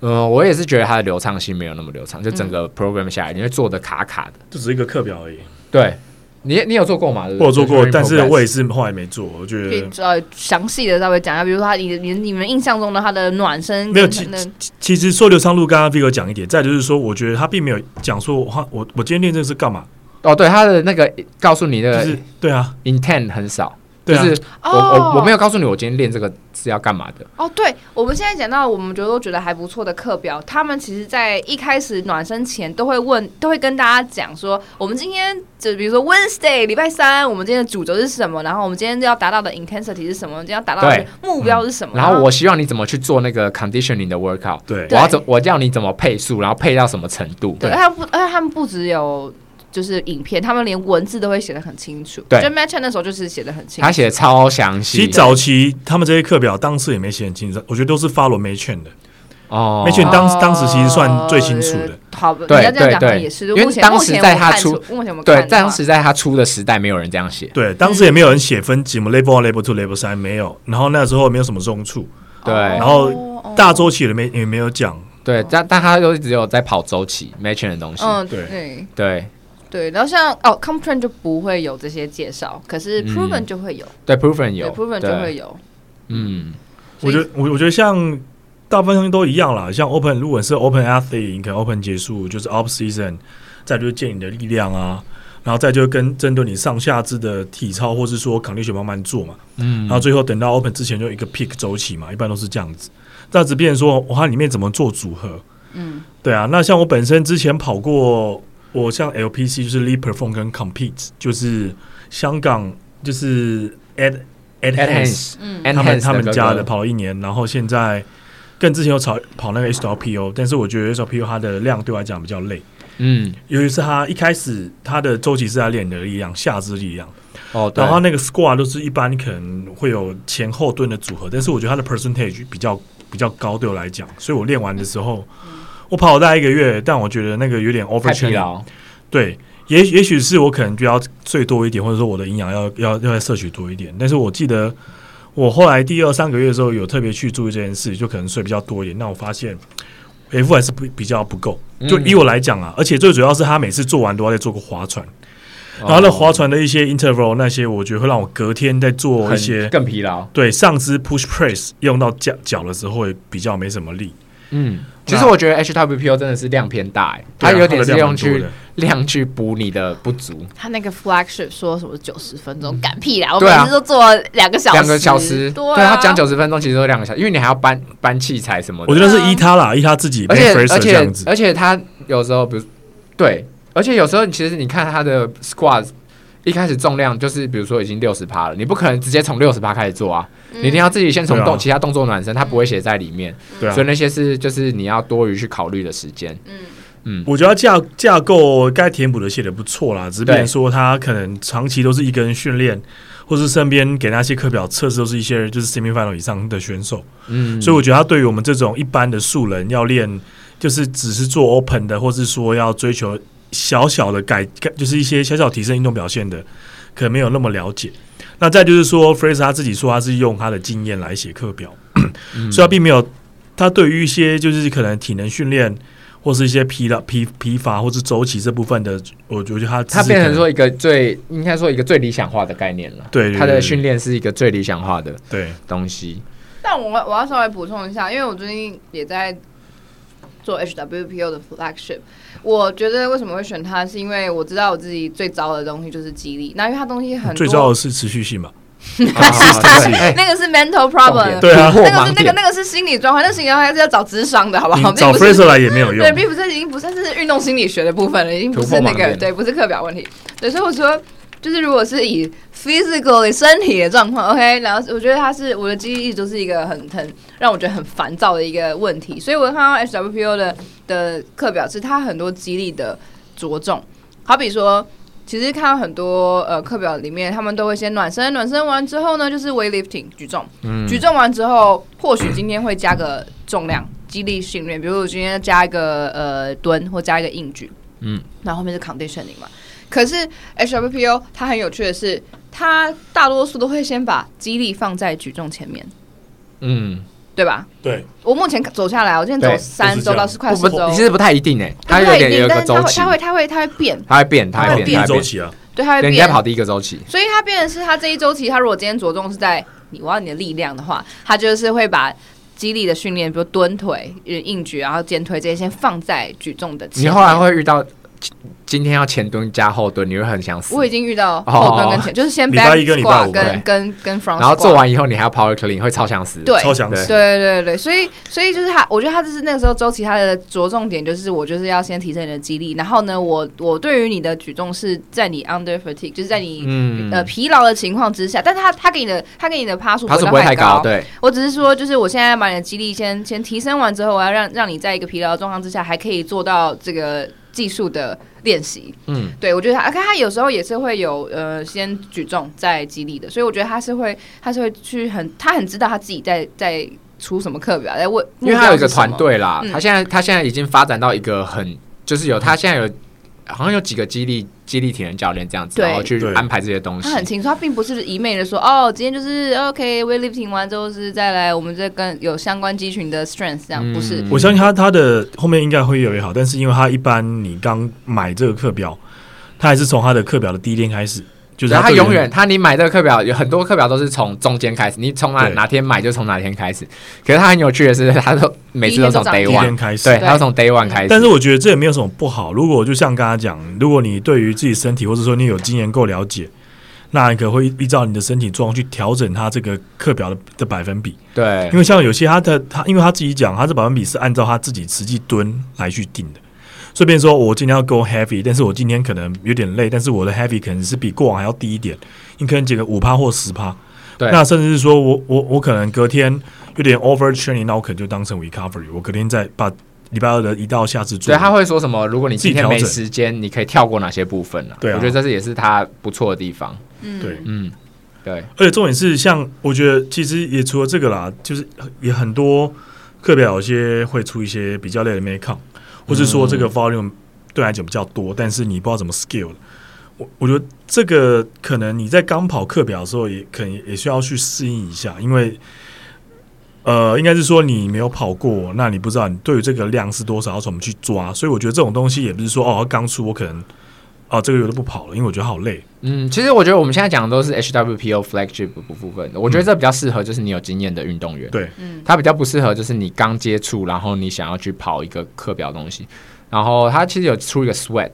C: 呃，我也是觉得它的流畅性没有那么流畅，就整个
A: 嗯
C: program 下来，你会做的卡卡的。
B: 就只是一个课表而已。
C: 对，你你有做过吗？对不
B: 我有
C: 对
B: 做过
C: Training，
B: 但是
C: progress
B: 我也是后来没做，我觉
A: 可以
B: 得
A: 呃详细的稍微讲一下，比如说他你你你们印象中的他的暖身
B: 没有
A: 跟那
B: 其实说流畅路，刚刚 Vigo 讲一点，再就是说，我觉得他并没有讲说，他我我今天练这个是干嘛？
C: 哦，对，他的那个告诉你
B: 就
C: 的
B: 是对啊，
C: intent 很少，
B: 对啊
C: 就是我、
A: 哦
C: 我我没有告诉你我今天练这个是要干嘛的。
A: 哦，对，我们现在讲到我们觉得都觉得还不错的课表，他们其实在一开始暖身前都会问，都会跟大家讲说，我们今天就比如说 Wednesday 礼拜三，我们今天的主轴是什么，然后我们今天要达到的 intensity 是什么，我们今天要达到的
C: 对嗯
A: 目标是什么，
C: 然后我希望你怎么去做那个 conditioning 的 workout，
B: 对
C: 我要怎我叫你怎么配速，然后配到什么程度。
A: 对，而且他们不，而且他们不只有。就是影片，他们连文字都会写的很清楚。
C: 对
A: 就 Match 那时候就是写的很清楚。
C: 他写的超详细。
B: 其实早期他们这些课表当时也没写很清楚，我觉得都是 follow 没券的，
C: 哦
B: 没券当当时其实算最清楚的。
A: 呃。好，你
C: 对
A: 要这样讲
C: 对
A: 好像
C: 对
A: 也是。
C: 因为
A: 目前
C: 当
A: 目
C: 时
A: 前
C: 在
A: 我
C: 他
A: 看
C: 出
A: 出，目前我们
C: 对
A: 哦看，的话
C: 当时在他出的时代，没有人这样写。
A: 嗯
B: 对，当时也没有人写分级，什么 Level One、Level Two、Level 三没有，然后那时候没有什么中处，
C: 对
A: 哦
B: 然后
A: 哦
B: 大周期也没也没有讲，
C: 对，但但他都只有在跑周期 matching 的东西。
A: 嗯，
B: 对
A: 对
C: 对
A: 对，然后像哦 c o m p t r a i n 就不会有这些介绍，可是
C: 嗯
A: Proven 就会有，
C: 对，proven
A: 对
C: 有
A: Proven 就
C: 对
A: 会有。
C: 嗯，
A: 所
B: 我
A: 以
B: 觉得我我觉得像大部分东西都一样啦，像 Open 如果你是 Open Athlete，你可能 Open 结束就是 Off Season，再就是建你的力量啊，然后再就跟针对你上下肢的体操，或是说 condition 慢慢做嘛，嗯，然后最后等到 Open 之前就一个 peak 周期嘛，一般都是这样子。这样子变成说，我看里面怎么做组合，
A: 嗯，
B: 对啊。那像我本身之前跑过，我像 LPC 就是 Lead Perform 跟 Compete，就是香港就是 Ed Ed Hans
C: enhance，
A: 嗯
B: 他们他们家的
C: 跑
B: 跑了一年，然后现在更之前有跑跑那个 SLPO，但是哦我觉得 SLPO 它的量对我来讲比较累，
C: 嗯，
B: 尤其是它一开始它的周期是在练你的力量、下肢力量，
C: 哦，对
B: 然后它那个 squat 都是一般可能会有前后蹲的组合，但是我觉得它的 percentage 比较比较高，对我来讲，所以我练完的时候，我跑了大概一个月，但我觉得那个有点
C: 太
B: over
C: 疲
B: train，
C: 劳，哦
B: 对。也也许是我可能就要最多一点，或者说我的营养要要要再摄取多一点。但是我记得我后来第二三个月的时候有特别去注意这件事，就可能睡比较多一点。那我发现回复还是不比较不够，
C: 嗯
B: 就以我来讲啊，而且最主要是他每次做完都要再做个划船，然后那
C: 哦
B: 划船的一些 interval 那些，我觉得会让我隔天再做一
C: 很
B: 些
C: 更疲劳。
B: 对上肢 push press 用到脚脚的时候会比较没什么力，
C: 嗯，其实我觉得 HWPO 真的是量偏大、欸，
B: 对啊
C: 它有点是用
B: 它的
C: 去
B: 量
C: 量去补你的不足，
A: 他那个 flagship 说什么九十分钟，赶屁啦！我
C: 对啊
A: 每次都做两个小时，
C: 两个小时，
A: 对
C: 对
A: 啊，
C: 它讲九十分钟，其实都两个小时，因为你还要搬搬器材什么的。
B: 我觉得是依他啦，依他自己
C: 而
B: bench
C: 且
B: presser 这
C: 而且
B: 样子，
C: 而且它有时候，比如对，而且有时候其实你看它的 squat。一开始重量就是，比如说已经六十趴了，你不可能直接从六十趴开始做啊，
A: 嗯
C: 你一定要自己先从
B: 对啊
C: 动其他动作暖身，它不会写在里面，
B: 对啊
C: 所以。那些是就是你要多余去考虑的时间。
B: 我觉得架架构该填补的写的不错啦，只是变成说他可能长期都是一个人训练，或是身边给那些课表测试都是一些就是 semi final 以上的选手，
C: 嗯，
B: 所以我觉得他对于我们这种一般的素人要练，就是只是做 open 的，或是说要追求小小的改，改就是一些小小提升运动表现的，可能没有那么了解。那再就是说，Fraser 他自己说他是用他的经
C: 嗯
B: 验来写课表，所以他并没有他对于一些就是可能体能训练或是一些疲劳、疲疲乏或是周期这部分的，我觉得他
C: 它变成说一个最应该说一个最理想化的概念了。
B: 对对
C: 它的
B: 对
C: 训练是一个最理想化的
B: 对
C: 东西。
A: 但我我要稍微补充一下，因为我最近也在做 HWPO 的 flagship。我觉得为什么会选它，是因为我知道我自己最糟的东西就是肌力，那因为它东西很多，
B: 最重要的是持续性嘛，
C: 啊对哎
A: 那个是 mental
C: 重
A: problem，
C: 点
B: 对啊
C: 突破
A: 那个是
C: 盲
A: 那个
C: 点
A: 那个是心理状态，那心理状态是要找智商的好不
B: 你
A: 好？
B: 嗯
A: 并
B: 找
A: 不是
B: Fraser 来也没有用
A: 对，，并不是已经不是这是运动心理学的部分了，已经不
C: 突破
A: 是那
C: 盲
A: 个
C: 点
A: 对，不是课表问题。对，所以我说，就是如果是以 physical 身体的状况，OK，然后我觉得它是我的记忆力就是一个很很让我觉得很烦躁的一个问题，所以我看到 HWPO 的的课表是它很多激励的着重，好比说。其实看到很多呃课表里面，他们都会先暖身，暖身完之后呢，就是 weightlifting 举重，
C: 嗯
A: 举重完之后，或许今天会加个重量肌力训练，比如我今天加一个呃蹲或加一个硬举，
C: 嗯
A: 嗯，然后后面是 conditioning 嘛。可是 HWPO 它很有趣的是，它大多数都会先把肌力放在举重前面，
C: 嗯，
A: 对吧？
B: 对，
A: 我目前走下来，我今天走
C: 对
A: 三
B: 都是这
A: 周
B: 样
A: 到是快
C: 不
A: 四
C: 不，
A: 周
C: 其，实不太一定诶，它
A: 对
C: 有
A: 不太
C: 点
A: 一定，
C: 有一
A: 但
C: 个
A: 是它
C: 周
A: 会
C: 期，
A: 它会它会它会变，
C: 它会变，它
A: 它
C: 会
A: 会
C: 变，它
B: 第一
C: 会
B: 周
C: 变。
B: 期啊，
A: 对，它会
C: 对，
A: 变。
C: 你在跑第一个周期，
A: 所以它变成是它这一周期，它如果今天着重是在你往你的力量的话，它就是会把肌力的训练，比如蹲腿、硬举，然后肩推这些先放在举重的前
C: 你
A: 面。
C: 后来会遇到今今天要前蹲加后蹲，你会很想死
A: 我。已经遇到后蹲跟前，就是先
B: 礼拜
A: back
B: 一跟礼拜
A: squat
B: 五
A: 跟
C: 对
A: 跟跟 front，
C: 然后
A: squat
C: 做完以后，你还要 power clean，会超想死。
A: 对
B: 超强
C: 对
B: 势，
A: 对对对，所以所以就是他，我觉得他就是那个时候周琦他的着重点就是我就是要先提升你的肌力，然后呢，我我对于你的举重是在你 under fatigue，就是在你、
C: 嗯
A: 呃疲劳的情况之下，但是他他给你的他给你的趴数
C: 爬
A: 不
C: 速
A: 会
C: 不会太
A: 高，
C: 对，
A: 我只是说，就是我现在把你的肌力先先提升完之后，我要让让你在一个疲劳的状况之下，还可以做到这个技术的练习。
C: 嗯，
A: 对我觉得他，看他有时候也是会有呃，先举重再肌力的，所以我觉得他是会，他是会去很，他很知道他自己在在出什么课表，在问，
C: 因为
A: 他
C: 他有一个团，队啦，
A: 嗯
C: 他现在他现在已经发展到一个很，就是有他现在有好像有几个激励激励体能教练这样子，
A: 对
C: 然后去
B: 对
C: 安排这些东西
A: 他。很清楚，他并不是一昧的说哦，今天就是 OK weightlifting 完之后是再来，我们再跟有相关肌群的 strength 这样，不是
C: 嗯
B: 我相信他他的后面应该会越来越好，但是因为他一般你刚买这个课表，他还是从他的课表的第一天开始，就是
C: 然后他
B: 对
C: 永远他你买这个课表有很多课表都是从中间开始，你从哪
B: 对
C: 哪天买就从哪天开始。可是他很有趣的是，他都每次都从
A: 第一
C: day
A: 天
B: 第一天
C: one，
B: 开始，
C: 对，他都从 day one 开始。
B: 但是我觉得这也没有什么不好。如果就像刚刚讲，如果你对于自己身体或者说你有经验够了解，那你可能会依照你的身体状况去调整它这个课表的的百分比。
C: 对
B: 因，为像有些他的他，因为他自己讲，他这百分比是按照他自己实际蹲来去定的。顺便说，我今天要 go heavy，但是我今天可能有点累，但是我的 heavy 可能是比过往还要低一点，你可能减个五趴或十趴。
C: 对
B: 那甚至是说我我我可能隔天有点 over training，那我可能就当成 recovery，我隔天再把礼拜二的移到下次做。
C: 所以他会说什么？如果你今天
B: 自己
C: 没
B: 调整
C: 时间，你可以跳过哪些部分呢、
B: 对啊
C: 我觉得这是也是他不错的地方。
B: 对，
C: 嗯，对，
B: 而且重点是，像我觉得其实也除了这个啦，就是也很多课表有些会出一些比较类的 make up，或是说这个 volume 对来讲比较多，但是你不知道怎么 scale 的我我觉得这个可能你在刚跑课表的时候也，可能也需要去适应一下，因为呃，应该是说你没有跑过，那你不知道你对于这个量是多少，要怎么去抓。所以我觉得这种东西也不是说哦，刚出我可能哦这个月都不跑了，因为我觉得好累。
C: 嗯，其实我觉得我们现在讲的都是 HWPO flagship 的部分，我觉得这比较适合就是你有经验的运动员，
B: 嗯对，
C: 它比较不适合就是你刚接触，然后你想要去跑一个课表的东西。然后它其实有出一个 sweat，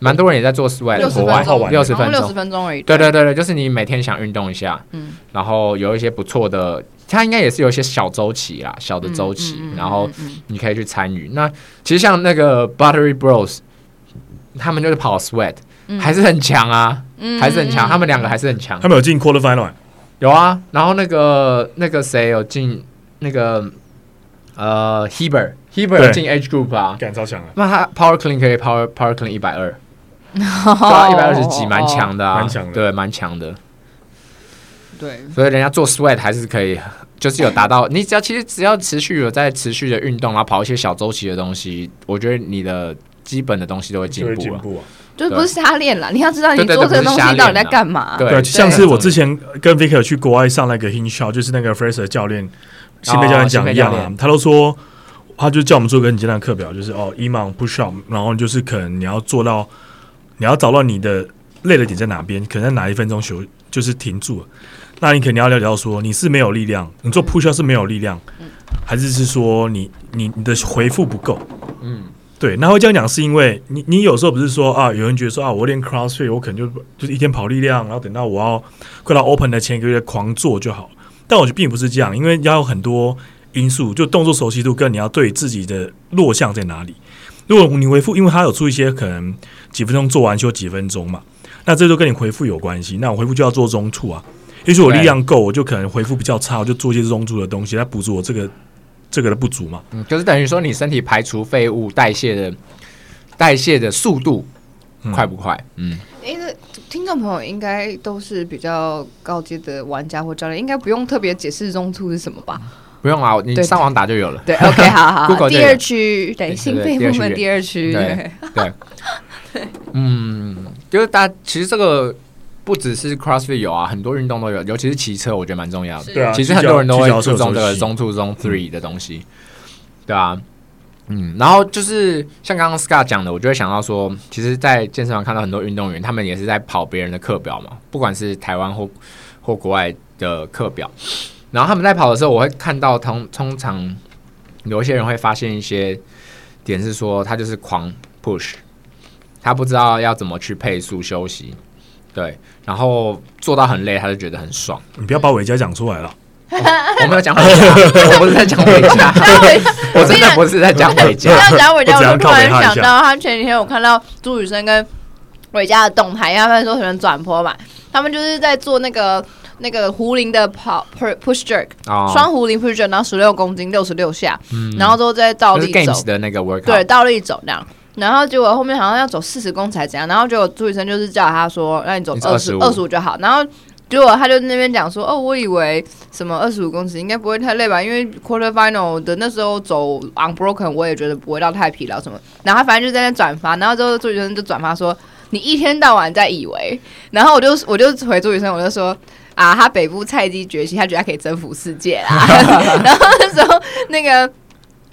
C: 蛮多人也在做 sweat，
A: 六十
C: 国外
A: 分钟，
C: 六十分
A: 六
C: 钟
A: 十，分钟而已，
C: 对对对对，就是你每天想运动一下，嗯，然后有一些不错的，它应该也是有一些小周期啦，小的周期，
A: 嗯嗯嗯
C: 然后
A: 嗯嗯
C: 你可以去参与。那其实像那个 Buttery Bros，他们就是跑 Sweat，、还
A: 嗯
C: 是很强啊，还是很强，他们两个还是很强
B: 他。们有进 quarter final 欸。
C: 有啊，然后那个那个谁有进那个呃 Heber Heber
B: 对
C: 有进 Age Group 啊。
B: 感超强啊，
C: 那他 Power Clean 可以 Power Power Clean 一百二，对啊，
A: 哦，
C: 一百二十几，蛮强的啊，
B: 蛮强的
C: 对，蛮强的。
A: 对。
C: 所以人家做 sweat 还是可以，就是有达到。你只要其实只要持续有在持续的运动，然后跑一些小周期的东西，我觉得你的基本的东西都会进
B: 就会
C: 步
B: 进
C: 了。
B: 步啊。
A: 就是
C: 对
A: 不是瞎练啦，你要知道你
C: 对对对
A: 做这个
C: 不
A: 东
C: 是
A: 西
C: 瞎
A: 到底
C: 练啊
A: 在
C: 啦
A: 干嘛。
C: 对
B: 对，啊像是我之
C: 前
B: 前跟 Vicker 去国外上那个 Hinshaw，就是那个 Fraser 教练新北教练讲一样
C: 哦新北教
B: 啊
C: 练，
B: 他都说他就叫我们做一个很简单的课表，就是哦，email push up，然后就是可能你要做到，你要找到你的累的点在哪边，可能在哪一分钟休就是停住了。那你肯定要了解到说你是没有力量，你做 push up 是没有力量，
C: 嗯
B: 还是是说你你你的回复不够？
C: 嗯，
B: 对，那会这样讲是因为你你有时候不是说啊，有人觉得说啊，我练 CrossFit 我可能就就是一天跑力量，然后等到我要快到 Open 的前一个月狂做就好。但我觉得并不是这样，因为要有很多因素，就动作熟悉度跟你要对自己的弱项在哪里。如果你回复，因为它有出一些可能几分钟做完休几分钟嘛，那这就跟你回复有关系。那我回复就要做中处啊，也许我力量够，我就可能回复比较差，我就做一些中处的东西来补足我这个这个的不足嘛。
C: 嗯就是等于说你身体排除废物代谢的代谢的速度
B: 嗯
C: 快不快？嗯，
A: 因为听众朋友应该都是比较高阶的玩家或教练，应该不用特别解释中途是什么吧？
C: 不用啊，你
A: 对
C: 上网打就有了。
A: 对，OK，好 好好。
C: Google
A: 第
C: 就有
A: 二区，对，
C: 对
A: 心
C: 对
A: 肺
C: 第二
A: 部
C: 区
A: 分第二区，对
C: 对，对，嗯，就是大家其实这个不只是 CrossFit 有啊，很多运动都有，尤其是骑车，我觉得蛮重要的。
A: 是对啊
C: 其实很多人都会注重这个
B: 的
C: 中 two
A: 嗯
C: 中 three 的东西，对啊。嗯，然后就是像刚刚 Scott 讲的，我就会想到说，其实，在健身房看到很多运动员，他们也是在跑别人的课表嘛，不管是台湾或或国外的课表。然后他们在跑的时候，我会看到通通常有一些人会发现一些点是说，他就是狂 push，他不知道要怎么去配速休息，对，然后做到很累，他就觉得 很爽。
B: 你不要把伟嘉讲出来了。
C: 我没有讲回家，我不是在讲 回家， 我真的不是在讲回家。
A: 他讲伟嘉，
B: 我只
A: 我
B: 要
A: 就突
B: 靠
A: 然
B: 北他一
A: 想
B: 下
A: 到，他前几天我看到朱雨生跟伟嘉的动态，因为他们说喜欢转坡嘛，他们就是在做那个那个壶铃的跑 pu- push jerk，
C: 哦嗯
A: 双壶铃 push jerk，然后十六公斤六十六下，然后之后再倒
C: 就是
A: 立
C: Games
A: 走，
C: 的那个 workout，
A: 对，倒立走那样。然后结果后面好像要走四十公尺还是怎样，然后结果朱雨生就是叫他说，那你走
C: 你走
A: 二十
C: 25
A: 二十五就好。然后结果他就那边讲说，哦，我以为什么二十五公尺应该不会太累吧，因为 quarter final 的那时候走 unbroken 我也觉得不会到太疲劳什么。然后他反正就在那转发，然后之后朱雨生就转发说，你一天到晚在以为。然后我就我就回朱雨生，我就说。啊，他北部菜鸡崛起，他觉得他可以征服世界啦。 然后那时候那个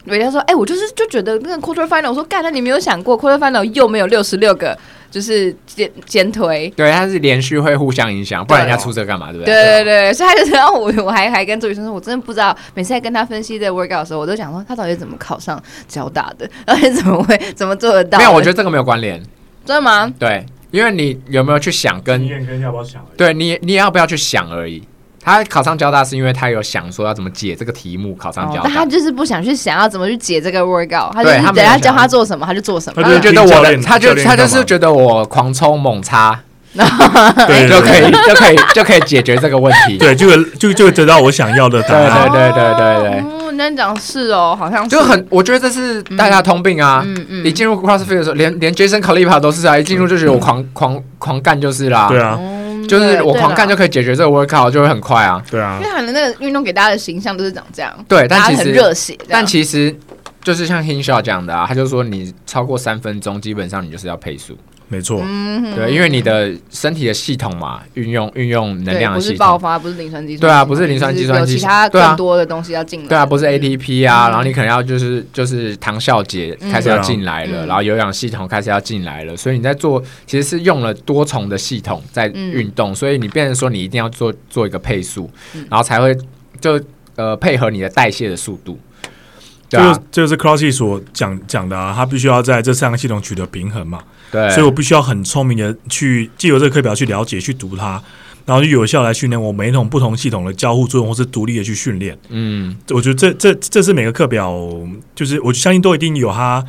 A: 伟嘉说：“哎、我就是就觉得那个 quarter final，我说干，那你没有想过 quarter final 又没有六十六个，就是肩肩推。”
C: 对，它是连续会互相影响，不然人家出这干嘛？对不啊
A: 对对对，所以他就知 道我，我还还跟周雨生说，我真的不知道，每次在跟他分析的 workout 的时候，我都想说他到底怎么考上交大的，而且怎么会怎么做得到？
C: 没有，我觉得这个没有关联。
A: 真的吗？
C: 对，因为你有没有去想
B: 经
C: 跟
B: 验跟要不要想而已。
C: 对你你要不要去想而已。他考上交大是因为他有想说要怎么解这个题目，考上
A: 哦
C: 交
A: 但
C: 大
A: 他。就是不想去想要怎么去解这个 workout，他就是
C: 对他
A: 等
C: 没有
A: 下
C: 想
A: 教他做什么他就做什么
B: 他
C: 他，就觉得
B: 听
C: 我
B: 教
C: 的，
B: 练
C: 他就
B: 教练
C: 他就
B: 干嘛
C: 是觉得我狂抽猛插
B: 对
C: 就可以就可以就可以解决这个问题。
B: 对，就会就就会得到我想要的答
C: 对
B: 案。
C: 对对对对
A: 哦嗯，那你讲是哦，好像是
C: 就很，我觉得这是大家的通病啊。
A: 嗯嗯
C: 一进入 CrossFit 的时候，连连 Jason Kalipa 都是啊，一进入就觉得我狂、狂狂干就是啦。
B: 嗯对，啊，
A: 嗯
C: 就是
A: 对
C: 我
A: 对
C: 狂
A: 啦
C: 干就可以解决这个 workout，就会很快啊。
B: 对啊
A: 因为，可能那个运动给大家的形象都是长这样，
C: 对，但
A: 大
C: 其
A: 家很
C: 实
A: 热血这样，
C: 但其实就是像 Hinshaw 讲的啊，他就说你超过三分钟，基本上你就是要配速，
B: 没错。
A: 嗯
C: 对，因为你的身体的系统嘛，运用运用能
A: 对，
C: 量的
A: 不是
C: 系
A: 爆
C: 统。
A: 发，不是磷酸肌酸，
C: 对啊不是磷酸肌酸
A: 就是有
C: 肌
A: 其他
C: 对啊
A: 更多的东西要进来，
C: 对啊，不是 ATP 啊，
A: 嗯
C: 然后你可能要就是就是糖酵解
A: 嗯
C: 开始要
B: 对啊
C: 进来了，
A: 嗯
C: 然后有氧系统开始要进来了，所以你在做其实是用了多重的系统在
A: 嗯
C: 运动，所以你变成说你一定要做做一个配速
A: 嗯，
C: 然后才会就呃配合你的代谢的速度，
B: 这
C: 对
B: 就
C: 啊
B: 是，这就是 Crossy 所讲讲的啊，他必须要在这三个系统取得平衡嘛，
C: 对，
B: 所以我必须要很聪明的去借由这个课表去了解、去读它，然后就有效来训练我每一种不同系统的交互作用，或是独立的去训练。
C: 嗯，
B: 我觉得这这这是每个课表，就是我相信都一定有它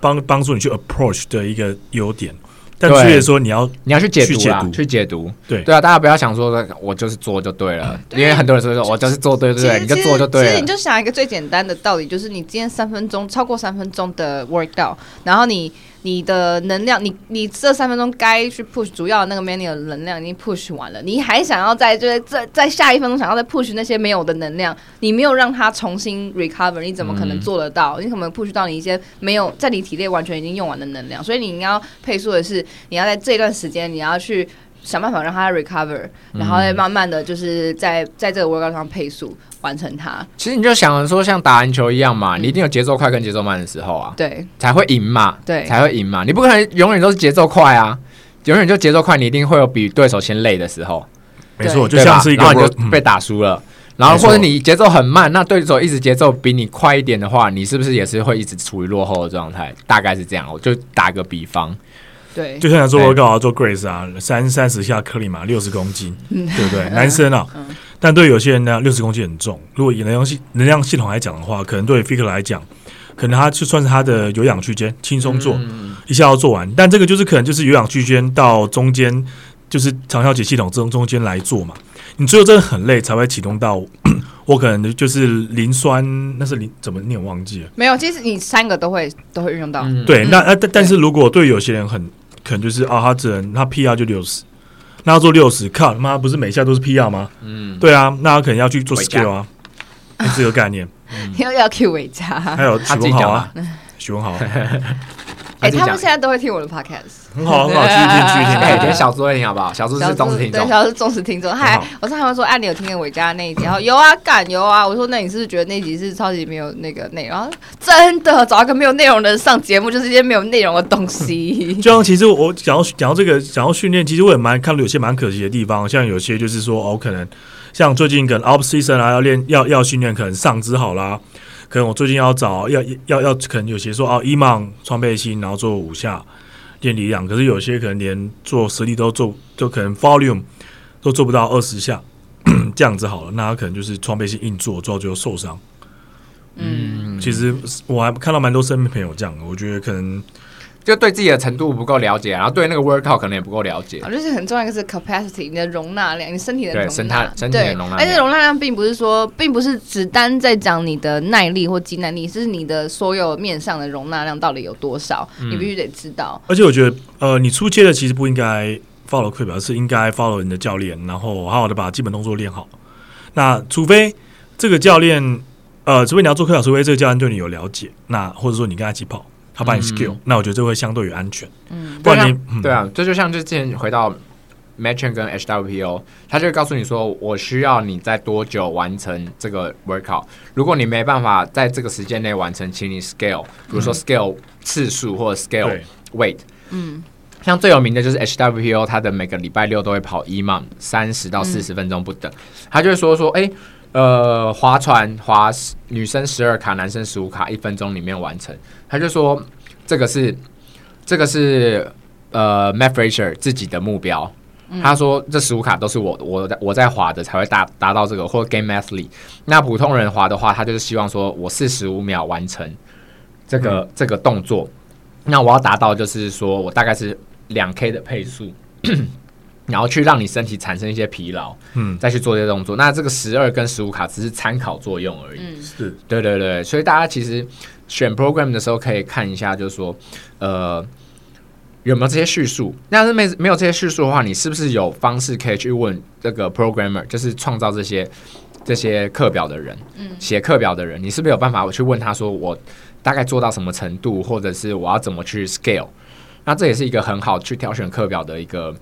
B: 帮帮助你去 approach 的一个优点，但
C: 对
B: 确实说你要
C: 你要去解
B: 去
C: 读
B: 解
C: 啦
B: 读，
C: 去解读，
B: 对
C: 对啊，大家不要想说我就是做就对了，因为很多人说说我就是做对对
A: 嗯其实
C: 对，你就做就
A: 其实
C: 对
A: 你
C: 了，
A: 就想一个最简单的道理，就是你今天三分钟超过三分钟的 workout，然后你你的能量，你你这三分钟该去 push 主要的那个 menu 的能量已经 push 完了，你还想要在就是在在下一分钟想要再 push 那些没有的能量，你没有让它重新 recover，你怎么可能
C: 嗯
A: 做得到？你可能 push 到你一些没有在你体内完全已经用完的能量，所以你应该要配速的是，你要在这段时间你要去。想办法让它 recover，然后再慢慢的就是在在这个 workout 上配速完成它。
C: 其实你就想说像打篮球一样嘛，你一定有节奏快跟节奏慢的时候啊，
A: 对
C: 才会赢嘛，
A: 对
C: 才会赢嘛。你不可能永远都是节奏快啊，永远就节奏快，你一定会有比对手先累的时候，
B: 没错，就
C: 对吧
B: 像是一个
C: 然后你
B: work- 嗯
C: 就被打输了。然后
B: 没错
C: 或者你节奏很慢，那对手一直节奏比你快一点的话，你是不是也是会一直处于落后的状态？大概是这样。我就打个比方，
A: 对
B: 就像在做 workout 啊做 Grace 啊，三三十下克里嘛，六十公斤，对不对？男生啊，但对有些人呢，六十公斤很重。如果以能量系能量系统来讲的话，可能对 Faker 来讲，可能他就算是他的有氧区间，轻松
C: 嗯
B: 做、
A: 嗯
B: 一下要做完，但这个就是可能就是有氧区间到中间。就是长效解系统中中间来做嘛，你最后真的很累才会启动到， 我可能就是磷酸，那是磷怎么念我忘记了。
A: 没有，其实你三个都会都会运用到。
C: 嗯，
B: 对，那呃那但但是如果对有些人很可能就是啊，他只能他 PR 就六十，那要做六十，靠他妈不是每下都是 PR 吗？
C: 嗯，
B: 对啊，那他可能要去做
C: 回家
B: skill 啊，这个概 念。
A: 又 要 Q 伟嘉，
B: 还有
C: 他
B: 许
C: 自
B: 文
C: 己
B: 豪
C: 讲
B: 啊
C: 啊，，
B: 许文 豪
A: 哎，
C: 他自己
A: 他们
C: 讲
A: 现。在都会听我的 podcast，
B: 很好很好，继续听继续听。
C: 哎，给小猪一听好不好？小猪
A: 嗯小
C: 是忠实听
A: 对，
C: 众，
A: 小是忠实听众。
C: 哦
A: 嗨
B: 很好，
A: 我上他们说，哎，你有听见伟嘉那一集？然后有啊，敢有啊。我说，那你是不是觉得那集是超级没有那个内容？然后真的，找一个没有内容的人上节目，就是一些没有内容的东西。
B: 就像其实我讲到讲到这个讲到训练，其实我也蛮看到有些蛮可惜的地方，像有些就是说哦，可能像最近可能 off season 啊，要练要要训练，可能上肢好啦，可能我最近要找要要要可能有些说哦，伊曼穿背心，然后做五下练力量，可是有些可能连做实力都做，就可能 volume 都做不到二十下。这样子好了，那他可能就是穿背心硬做，做到最后受伤。
A: 嗯，
B: 其实我还看到蛮多身边朋友这样的，我觉得可能
C: 就对自己的程度不够了解，然后对那个 workout 可能也不够了解。
A: 啊，就是很重要一个是 capacity，你的容纳量，你身体的
C: 对
A: 容
C: 身
A: 纳
C: 态，身体的
A: 对
C: 容纳
A: 而且
C: 量
A: 容纳量并不是说，并不是只单在讲你的耐力或肌耐力，是你的所有面上的容纳量到底有多少，
C: 嗯
A: 你必须得知道。
B: 而且我觉得，呃，你出街的其实不应该 follow q u i 而是应该 follow 你的教练，然后好好的把基本动作练好。那除非这个教练，呃，除非你要做 q u i 除非这个教练对你有了解，那或者说你跟他一起跑，他把你
C: 嗯
B: skill，、那我觉得这会相对于安全。
A: 嗯，
B: 不然你，嗯
C: 对啊，这就像就之前回到 m a t c h i n 跟 HWPO，他就会告诉你说，我需要你在多久完成这个 workout。如果你没办法在这个时间内完成，请你 scale，比如说 scale 次数或者 scale
B: 对
C: weight。
A: 嗯，
C: 像最有名的就是 HWPO，它的每个礼拜六都会跑 e m o n 三十到四十分钟不等。他就会说说，哎、呃，划船划十女生十二卡，男生十五卡，一分钟里面完成。他就说这个是这个是呃 Matt Fraser 自己的目标。他说：“这十五卡都是我我在我在划的才会达达到这个，或 Game Athlete。那普通人划的话，他就是希望说我四十五秒完成这个、这个动作。那我要达到就是说我大概是两 K 的配速， 然后去让你身体产生一些疲劳，
B: 嗯，
C: 再去做这些动作。那这个十二跟十五卡只是参考作用而已。
B: 是
C: 对对对，所以大家其实选 program 的时候可以看一下，就是说，呃，有没有这些叙述？那是没没有这些叙述的话，你是不是有方式可以去问这个 programmer，就是创造这些这些课表的人，嗯，写课表的人，你是不是有办法去问他说，我大概做到什么程度，或者是我要怎么去 scale？那这也是一个很好去挑选课表的一个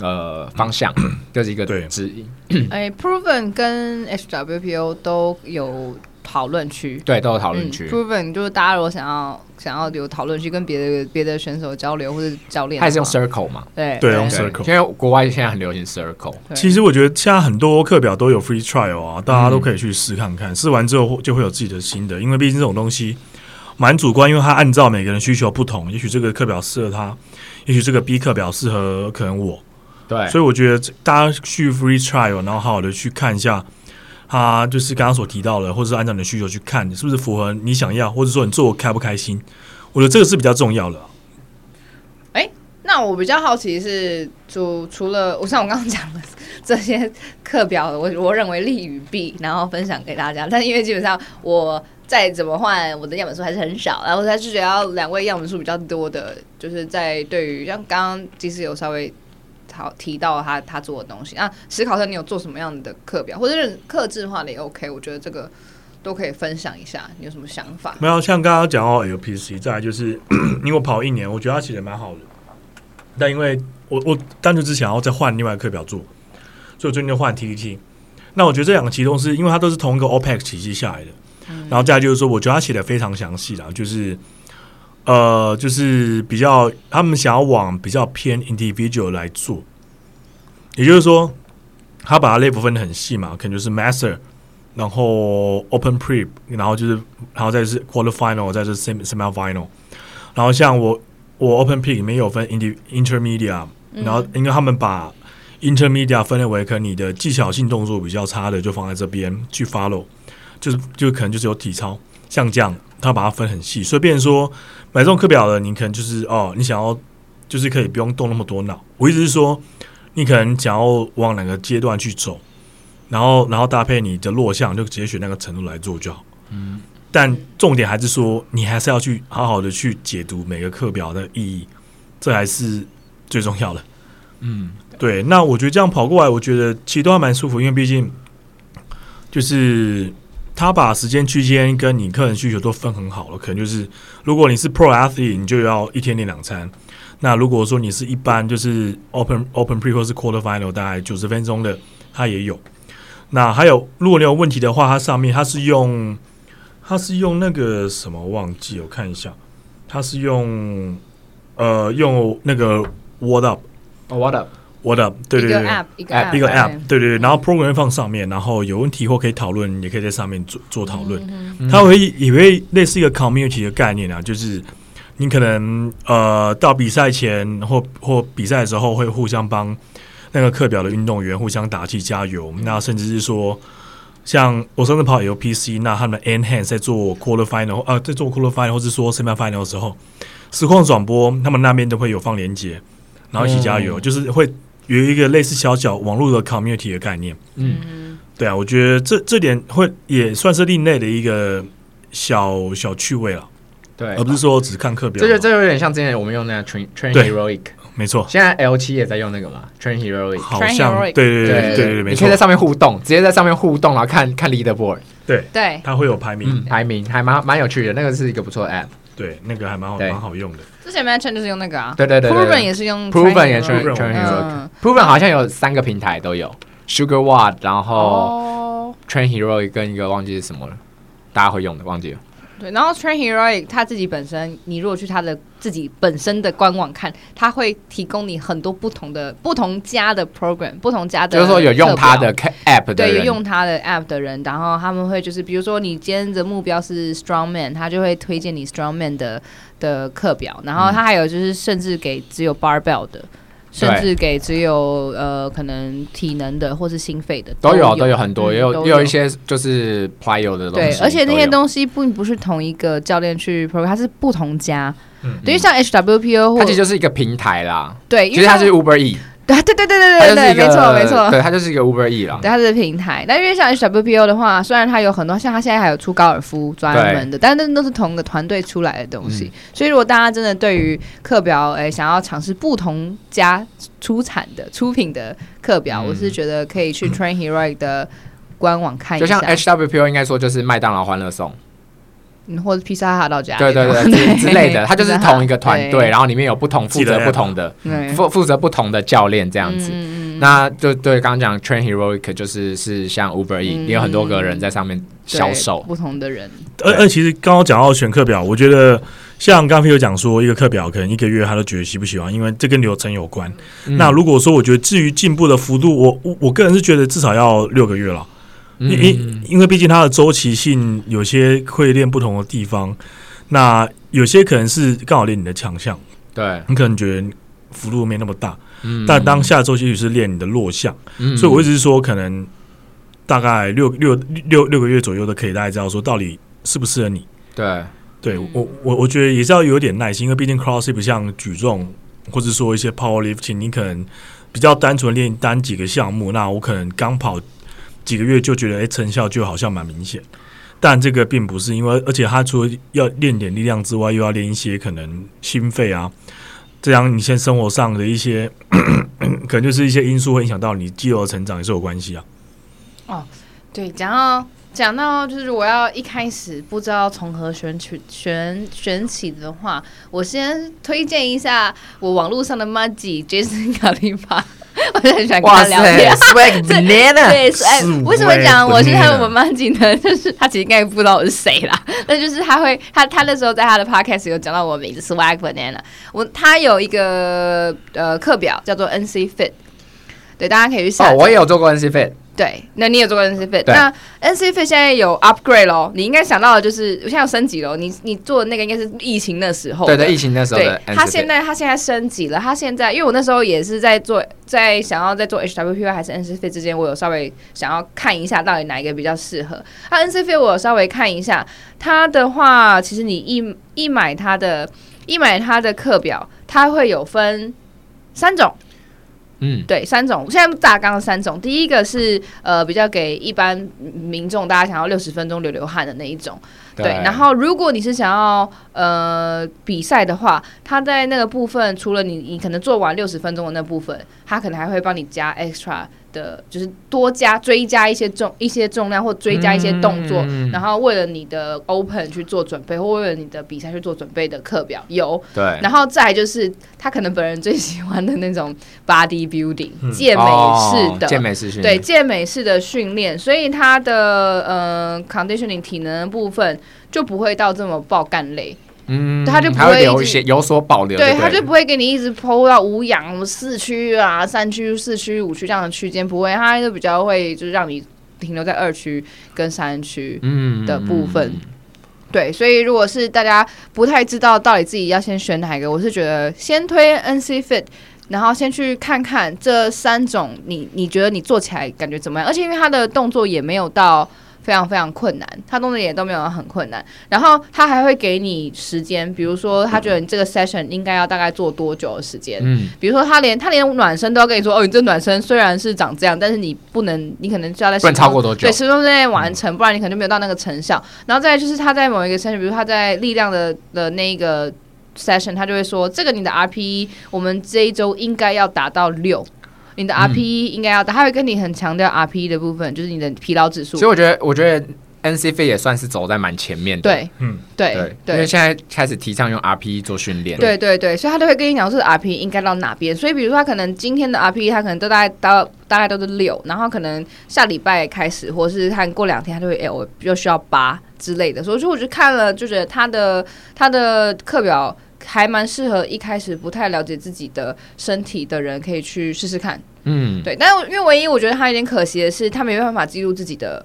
C: 呃方向，就是一个
B: 对
C: 指引。
A: 哎，Proven 跟 HWPO 都有讨论区。
C: 对，都有讨论区。
A: 嗯、，Proven 就是大家如果想要想要有讨论区，跟别的别的选手交流或者教练的话，
C: 它也是用 circle 嘛，
A: 对
B: 对用
C: 对
B: circle
C: 因为国外现在很流行 circle，
A: 对
B: 其实我觉得现在很多课表都有 free trial 啊，大家都可以去试看看，试完之后就会有自己的心得，因为毕竟这种东西蛮主观，因为它按照每个人需求不同，也许这个课表适合他，也许这个 B 课表适合可能我，
C: 对，
B: 所以我觉得这大家去 free trial，然后好好的去看一下，它就是刚刚所提到的，或者是按照你的需求去看，是不是符合你想要，或者说你做开不开心，我觉得这个是比较重要的啊。
A: 那我比较好奇是，除除了我像我刚刚讲的这些课表，我我认为利与弊，然后分享给大家。但因为基本上我再怎么换，我的样本数还是很少，然后我才是觉得两位样本数比较多的，就是在对于像刚刚其实有稍微好提到他他做的东西。那史考生你有做什么样的课表，或者是克制化的也 OK？我觉得这个都可以分享一下，你有什么想法？
B: 没有，像刚 刚讲到 LPC，再来就是因为我跑一年，我觉得它其实蛮好的，但因为我我单纯只想要再换另外一个课表做，所以我最近就换 TDT。那我觉得这两个其中是因为它都是同一个 OPEC 体系下来的，然后再来就是说，我觉得他写的非常详细啦，就是呃，就是比较他们想要往比较偏 individual 来做，也就是说，他把它类部分得很细嘛，可能就是 master，然后 open pre，然后就是然后再是 quarter final，再是 semi semi final，然后像我我 open pre 里面有分 inter intermedia，然后因为他们把 intermedia 分类为可能你的技巧性动作比较差的就放在这边去 follow，就是就可能就是有体操，像这样，他把它分很细，所以变成说买这种课表的，你可能就是哦，你想要就是可以不用动那么多脑。我意思是说，你可能想要往哪个阶段去走，然后然后搭配你的弱项，就直接选那个程度来做就好。嗯，但重点还是说，你还是要去好好的去解读每个课表的意义，这还是最重要的。
C: 嗯，
B: 对，那我觉得这样跑过来，我觉得其实都还蛮舒服，因为毕竟就是他把时间区间跟你个人需求都分很好了。可能就是如果你是 pro athlete，你就要一天练两餐；那如果说你是一般就是 open open pre 或是 quarter final，大概九十分钟的，它也有。那还有，如果你有问题的话，它上面它是用它是用那个什么忘记，我看一下，它是用呃用那个 Word Up。
C: 哦，What up？
B: What up？对对对
A: 一个 app，一个
C: App，
A: app，
B: 一个 app，对
A: 对
B: 对对，然后 program 会放上面，然后有问题或可以讨论，也可以在上面做做讨论。
A: 嗯
B: 它会也会类似一个 community 的概念啊，就是你可能呃到比赛前或或比赛的时候会互相帮那个课表的运动员互相打气加油，那甚至是说。像我上次跑 LPC，那他们 Enhance 在做 Quarter Final，呃，在做 Quarter Final 或是说 Semi Final 的时候，实况转播他们那边都会有放连接，然后一起加
C: 嗯
B: 油，就是会有一个类似小小网络的 community 的概念。
C: 嗯，
B: 对啊，我觉得这这点会也算是另类的一个小小趣味了，
C: 对，
B: 哦
C: 哦
B: 而不是说只看课表
C: 这
B: 嘛。
C: 就这就有点像之前我们用那个 Train Train
B: 对
C: Heroic，
B: 没错，
C: 现在 L 七也在用那个嘛 Train Heroic。
B: 好
A: Train
B: 像
A: Heroic
B: 对对对对对，没
C: 你可以
B: 错
C: 在，上面互动，直接在上面互动，然后看看 leaderboard，
B: 对，
A: 对，
B: 它会有排名
C: 嗯，，排名还蛮蛮有趣的，那个是一个不错的 app，
B: 对，那个还蛮好
C: 对
B: 蛮好用的。
A: 之前 Match 就是用那个啊，
C: 对对对对
A: Proven
C: 对
A: 也是用
C: Proven 也
A: Training
C: Train
B: Heroic
C: Train
A: 嗯
C: Heroic，Proven 好像有三个平台都有，Sugar Watt，然后
A: 哦，
C: Train Heroic 跟一个忘记是什么了，大家会用的忘记了，
A: 对，然后 Train Heroic 它自己本身，你如果去它的自己本身的官网看，它会提供你很多不同的、不同家的 program，不同家的，
C: 就是说有用它的 ca- app 的
A: 哦对有
C: 人，
A: 用它的 app 的人，然后他们会就是，比如说你今天的目标是 strongman，他就会推荐你 strongman 的的课表，然后他还有就是甚至给只有 barbell 的，甚至给只有呃可能体能的或是心肺的
C: 都有
A: 有
C: 都有很多，
A: 嗯
C: 也有
A: 都
C: 也有一些就是 plyo 的东
A: 对
C: 西，，
A: 而且那些
C: 有
A: 东西并不是同一个教练去 program，它是不同家，
B: 嗯
A: 等于像 HWPO 或
C: 它其实就是一个平台啦，
A: 对，因
C: 其实
A: 为
C: 它是 Uber E，
A: 对对对对对对
C: 它就是
A: 对，
C: 一个
A: 没错没错，
C: 对，它就是一个 Uber E 啦，
A: 对它是平台。但因为像 HWPO 的话，虽然它有很多，像它现在还有出高尔夫专门的，但是那都是同一个团队出来的东西。
C: 嗯
A: 所以如果大家真的对于课表，哎、想要尝试不同家出产的出品的课表，
C: 嗯
A: 我是觉得可以去 Train Heroic 的官网看一
C: 就
A: 下，
C: 像 HWPO 应该说就是麦当劳欢乐颂。
A: 嗯或者披萨哈到家，
C: 对对对，之之 类的，它就是同一个团队，嗯
A: 对
C: 然后里面有不同负
B: 记得
C: 责
B: app
C: 不同的
A: 对
C: 负负责不同的教练这
A: 这
C: 样子。
A: 嗯嗯嗯
C: 那就对，刚刚讲 Train Heroic 就是是像 Uber E，、
A: 嗯
C: 也有很多个人在上面
A: 对
C: 销售。
A: 不同的人，
B: 而而其实刚刚讲到选课表，我觉得像刚刚有讲说，一个课表可能一个月他都觉得喜不喜欢，因为这跟流程有关。
C: 嗯
B: 那如果说我觉得至于进步的幅度，我我我个人是觉得至少要六个月了，
C: 嗯
B: 因因因为毕竟它的周期性有些会练不同的地方，那有些可能是刚好练你的强项，
C: 对，
B: 你可能觉得幅度没那么大，
C: 嗯
B: 但当下周期是练你的弱项，
C: 嗯
B: 所以我一直说可能大概六六六六个月左右的可以大概知道说到底适不适合你。
C: 嗯对
B: 对我我我觉得也是要有点耐心，因为毕竟 CrossFit 不像举重或者说一些 powerlifting，你可能比较单纯练单几个项目，那我可能刚跑几个月就觉得哎、诶成效就好像蛮明显，但这个并不是，因为而且它除了要练点力量之外，又要练一些可能心肺啊，这样你现在生活上的一些可能就是一些因素会影响到你肌肉的成长也是有关系啊。
A: 对，讲到讲到就是我要一开始不知道从何选取选选起的话，我先推荐一下我网络上的 Maggie Jason 卡利巴， 我就很喜欢跟他
C: 哇
A: 聊
C: 塞
A: 天。
C: ，swag
A: 对，
C: banana，
A: 所以哎
B: 四五
A: 为什么
B: 位
A: 讲我是
B: 不念
A: 他
B: 了
A: 们班级呢？ 就是他其实应该也不知道我是谁啦， 但就是他会，他他那时候在他的 podcast 有讲到我的名字是 Swag Banana，我他有一个呃课表叫做 NC Fit，对，大家可以去下
C: 哦，
A: 载。
C: 我也有做过 NC fit，
A: 对，那你有做过 NC Fit？
C: 对
A: 那 NC Fit 现在有 upgrade 咯，你应该想到的就是现在有升级咯。你你做的那个应该是疫情那时候的，
C: 对对，疫情那时候
A: 对
C: 的，
A: 他
C: NC
A: 现
C: fit，
A: 在他现在升级了，他现在因为我那时候也是在做，在想要在做 HWP 还是 NCF 之间，我有稍微想要看一下到底哪一个比较适合。那 NCF 我有稍微看一下，它的话其实你一一买它的，一买它的课表，它会有分三种。
C: 嗯，
A: 对，三种，现在大纲的三种。第一个是呃，比较给一般民众，大家想要六十分钟流流汗的那一种。对，然后如果你是想要呃比赛的话，它在那个部分，除了你你可能做完六十分钟的那部分，它可能还会帮你加 extra 的，就是多加追加一些重一些重量或追加一些动作，
C: 嗯
A: 然后为了你的 open 去做准备，或为了你的比赛去做准备的课表有。
C: 对，
A: 然后再来就是他可能本人最喜欢的那种 body building、健美
C: 哦
A: 式的、
C: 健美式训
A: 对
C: 练，
A: 健美式的训练，所以他的呃 conditioning 体能的部分就不会到这么爆干累，
C: 嗯，
A: 他就不
C: 还会
A: 会
C: 有
A: 一
C: 一
A: 直
C: 些有所保留，对
A: 对，
C: 不对，
A: 他就不会给你一直剖到无氧什么四区啊、三区、四区、五区这样的区间，不会，他就比较会就是让你停留在二区跟三区。
C: 嗯
A: 的部分
C: 嗯嗯
A: 对，所以如果是大家不太知道到底自己要先选哪一个，我是觉得先推 NC Fit，然后先去看看这三种你你觉得你做起来感觉怎么样？而且因为它的动作也没有到非常非常困难，它动作也都没有很困难，然后它还会给你时间，比如说他觉得你这个 session 应该要大概做多久的时间，
C: 嗯，
A: 比如说他连他连暖身都要跟你说，哦，你这暖身虽然是长这样，但是你不能，你可能就要在
C: 不能
A: 10分钟
C: 超过多久
A: 对，十分钟之内完成，不然你可能就没有到那个成效。然后再来就是他在某一个 session，比如他在力量的的那一个 session，他就会说，这个你的 RPE 我们这一周应该要达到六。你的
C: 嗯
A: RPE 应该要达，他会跟你很强调 RPE 的部分，就是你的疲劳指数
C: 所以。我觉得，我觉得 NC fit 也算是走在蛮前面的，
A: 对，
B: 嗯
A: 对
C: 对，因为
A: 对
C: 现在开始提倡用 RPE 做训练，
A: 对对对，所以他都会跟你讲是 RP 应该到哪边。所以比如说他可能今天的 RP 他可能都大概到大概都是六，然后可能下礼拜开始，或是看过两天他就会哎、我又需要八之类的。所以我就看了就觉得他的他的课表还蛮适合一开始不太了解自己的身体的人可以去试试看。
C: 嗯，
A: 对，但因为唯一我觉得他有点可惜的是，他没办法记录自己的，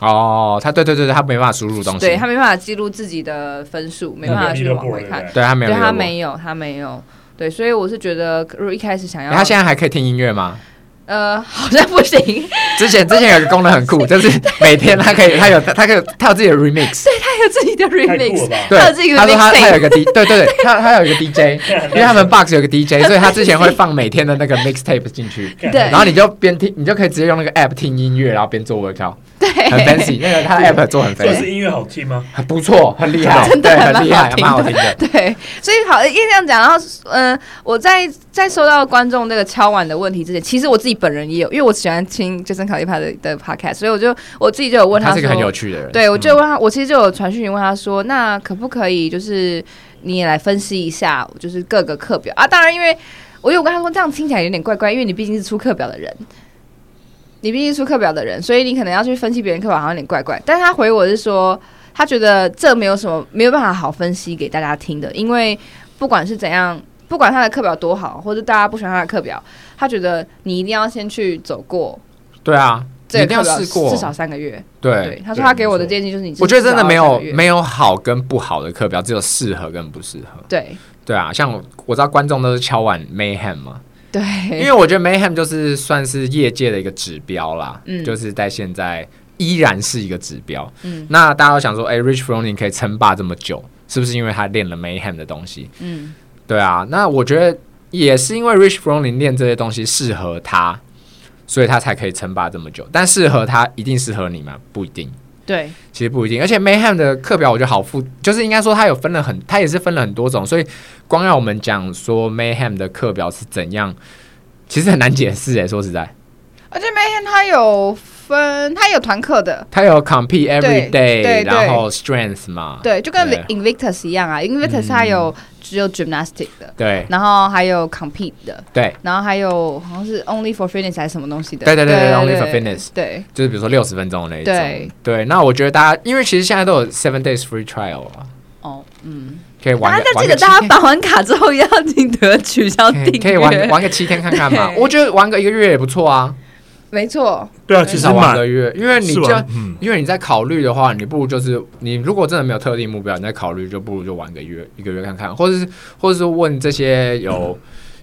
C: 哦，他对对对对，他没办法输入东西，
A: 对他没办法记录自己的分数，没办法去往回看。
C: 对他没有
A: 对
C: 留过，
A: 他没有，他没有。对，所以我是觉得，如果一开始想要，
C: 欸他现在还可以听音乐吗？
A: 呃 好像不行，他
C: 之前之前有个功能很酷，就是每天他可以，他有他可以他有自己的 remix，
A: 有自己的
B: 太酷了
A: remix，
B: 吧！
C: 对，
A: 他有自己的
C: 他说他
A: mixtape
C: 他有一个 D，对对 对，他他有一个 DJ，因为他们 box 有个 DJ，所以他之前会放每天的那个 mixtape 进去，
A: 对
C: 然后你就边听，你就可以直接用那个 app 听音乐，然后边做 workout，
A: 对，
C: 很 fancy，那个他的 app 做很
B: 这是
C: fancy，
B: 音乐好听吗？
C: 很不错，很厉害，
A: 真的
C: 对，
A: 还
C: 很厉害，蛮
A: 蛮
C: 好
A: 好
C: 听
A: 听
C: 的，
A: 对，所以好，因为这样讲，然后嗯、呃我在在收到观众这个敲碗的问题之前，其实我自己本人也有，因为我喜欢听 Jason 卡利帕的的 podcast，所以我就我自己就有问
C: 他
A: 他
C: 是一个很有
A: 说，
C: 趣的人，
A: 对我就问他，我其实就有传讯问他说，那可不可以就是你也来分析一下，就是各个课表啊？当然，因为我有跟他说，这样听起来有点怪怪，因为你毕竟是出课表的人。你毕竟是出课表的人，所以你可能要去分析别人课表，好像有点怪怪。但是他回我是说，他觉得这没有什么没有办法好分析给大家听的，因为不管是怎样，不管他的课表多好，或者大家不喜欢他的课表，他觉得你一定要先去走过
C: 对啊，
A: 这
C: 你一
A: 个
C: 定要
A: 课表
C: 试过，
A: 至少三个月。对，
C: 对。
A: 他说他给我的
B: 没错
A: 建议就是你，
C: 我觉得真的没有没有好跟不好的课表，只有适合跟不适合。
A: 对
C: 对啊，像我我知道观众都是敲碗 Mayhem 嘛，
A: 对，
C: 因为我觉得 Mayhem 就是算是业界的一个指标啦，
A: 嗯
C: 就是在现在依然是一个指标。
A: 嗯
C: 那大家都想说，哎、r i c h Froning 可以称霸这么久，是不是因为他练了 Mayhem 的东西？
A: 嗯
C: 对啊，那我觉得也是因为 Rich Froning 练这些东西适合他，所以他才可以称霸这么久。但适合他一定适合你吗？不一定。
A: 对
C: 其实不一定，而且 Mayhem 的课表我觉得好复，就是应该说它有分了很，它也是分了很多种，所以光要我们讲说 Mayhem 的课表是怎样，其实很难解释诶、说实在，
A: 而且 Mayhem 他有分，它有团课的，
C: 它有 compete every
A: 对
C: day，
A: 对
C: 然后 strength 嘛，
A: 对，就跟
C: 对嗯
A: Invictus 一样啊，Invictus 它有只有 gymnastic 的，
C: 对
A: 然后还有 compete 的，
C: 对
A: 然后还有好像是 Only for Fitness 还是什么东西的，
C: 对对对对，only for fitness，
A: 对
C: 就是比如说六十分钟的那一种。
A: 对
C: 对，那我觉得大家，因为其实现在都有 seven days free trial 啊，
A: 哦，嗯，
C: 可以玩
A: 大
C: 个
A: 家但
C: 玩
A: 记
C: 个
A: 得
C: 七
A: 大家
C: 天，
A: 绑完卡之后要记得取消
C: 可
A: 订
C: 以
A: 阅，
C: 可以玩玩个七天看 看嘛。
A: 对
C: 我觉得玩个一个月也不错啊，
A: 没错，
B: 对啊，
C: 至
B: 其实
C: 少玩
B: 蛮
C: 个月，因为你
B: 是
C: 就
B: 玩嗯
C: 因为你在考虑的话，你不如就是你如果真的没有特定目标，你在考虑就不如就玩个月一个月看看，或者是或者是问这些有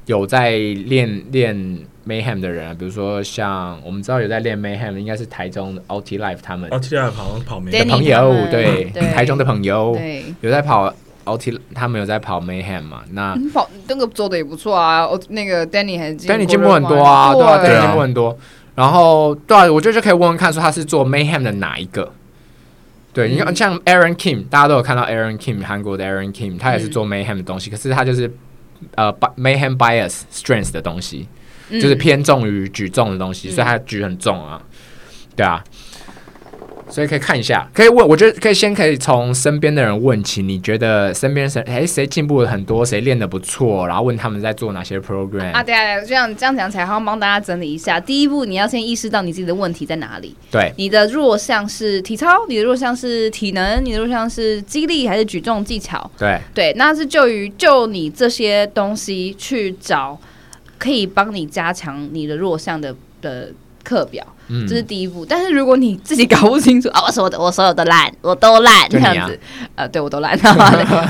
C: 有在练练 Mayhem 的人啊，比如说像我们知道有在练 Mayhem，的应该是台中的 OT Life 他们
B: 然后接下来好像哦跑没
A: Danny
C: 朋友
A: 他，们
C: 对
A: 对
C: 台中的朋友
A: 对。
C: 有在跑 OT，他们有在跑 Mayhem 嘛？那
A: 嗯跑那个做的也不错啊，我那个 Danny 还进，
C: 但你进步很多啊，对啊，
B: 对
C: 你
B: 啊
C: 进步很多。然后对啊，我觉得就可以问问看，说他是做 Mayhem 的哪一个？对，你看像 Aaron Kim，大家都有看到 Aaron Kim，韩国的 Aaron Kim，他也是做 Mayhem 的东西，可是他就是呃，bi- Mayhem bias strength 的东西，
A: 嗯
C: 就是偏重于举重的东西，所以他举很重啊，对啊。所以可以看一下，可以问，我觉得可以先可以从身边的人问起，你觉得身边谁哎谁进步了很多，谁练得不错，然后问他们在做哪些 program
A: 啊，对啊，对啊这样这样讲起来，好像帮大家整理一下。第一步，你要先意识到你自己的问题在哪里。
C: 对，
A: 你的弱项是体操，你的弱项是体能，你的弱项是肌力还是举重技巧？
C: 对
A: 对，那是就于就你这些东西去找可以帮你加强你的弱项的的课表，
C: 嗯
A: 这是第一步。但是如果你自己搞不清楚啊，我所有的我所有的烂，我都烂这
C: 就你啊
A: 样子，呃，对我都烂，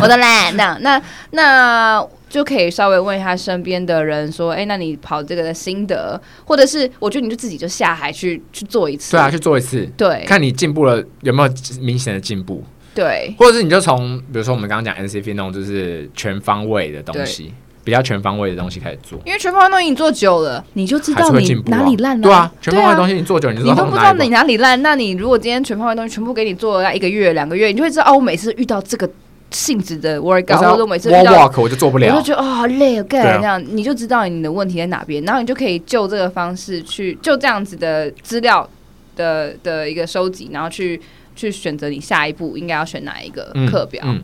A: 我都烂那样 那那。就可以稍微问一下身边的人说，哎、那你跑这个的心得，或者是我觉得你就自己就下海去去做一次，
C: 对啊，去做一次，
A: 对
C: 看你进步了有没有明显的进步，
A: 对
C: 或者是你就从比如说我们刚刚讲 NCP 那种就是全方位的东西，比较全方位的东西开始做，
A: 因为全方位东西你做久了，你就知
C: 还
A: 道
C: 是会
A: 你
C: 进步、啊、
A: 哪里烂了、
C: 对啊，全方位
A: 对
C: 的
A: 啊
C: 东西你做久了，你就
A: 你都不知
C: 哪
A: 道
C: 里不好
A: 你哪里烂，那你如果今天全方位东西全部给你做了一个月、两个月，你就会知道哦，我每次遇到这个性质的
C: 我
A: workout，
C: 知
A: 或
C: 道
A: 者我每次遇
C: wall
A: 到，
C: walk 我就做不
A: 我就
C: 了，
A: 觉得哦好累哦，干
B: 对啊
A: 这样，你就知道你的问题在哪边，然后你就可以就这个方式去就这样子的资料的的一个收集，然后去去选择你下一步应该要选哪一个
C: 嗯
A: 课表，
C: 嗯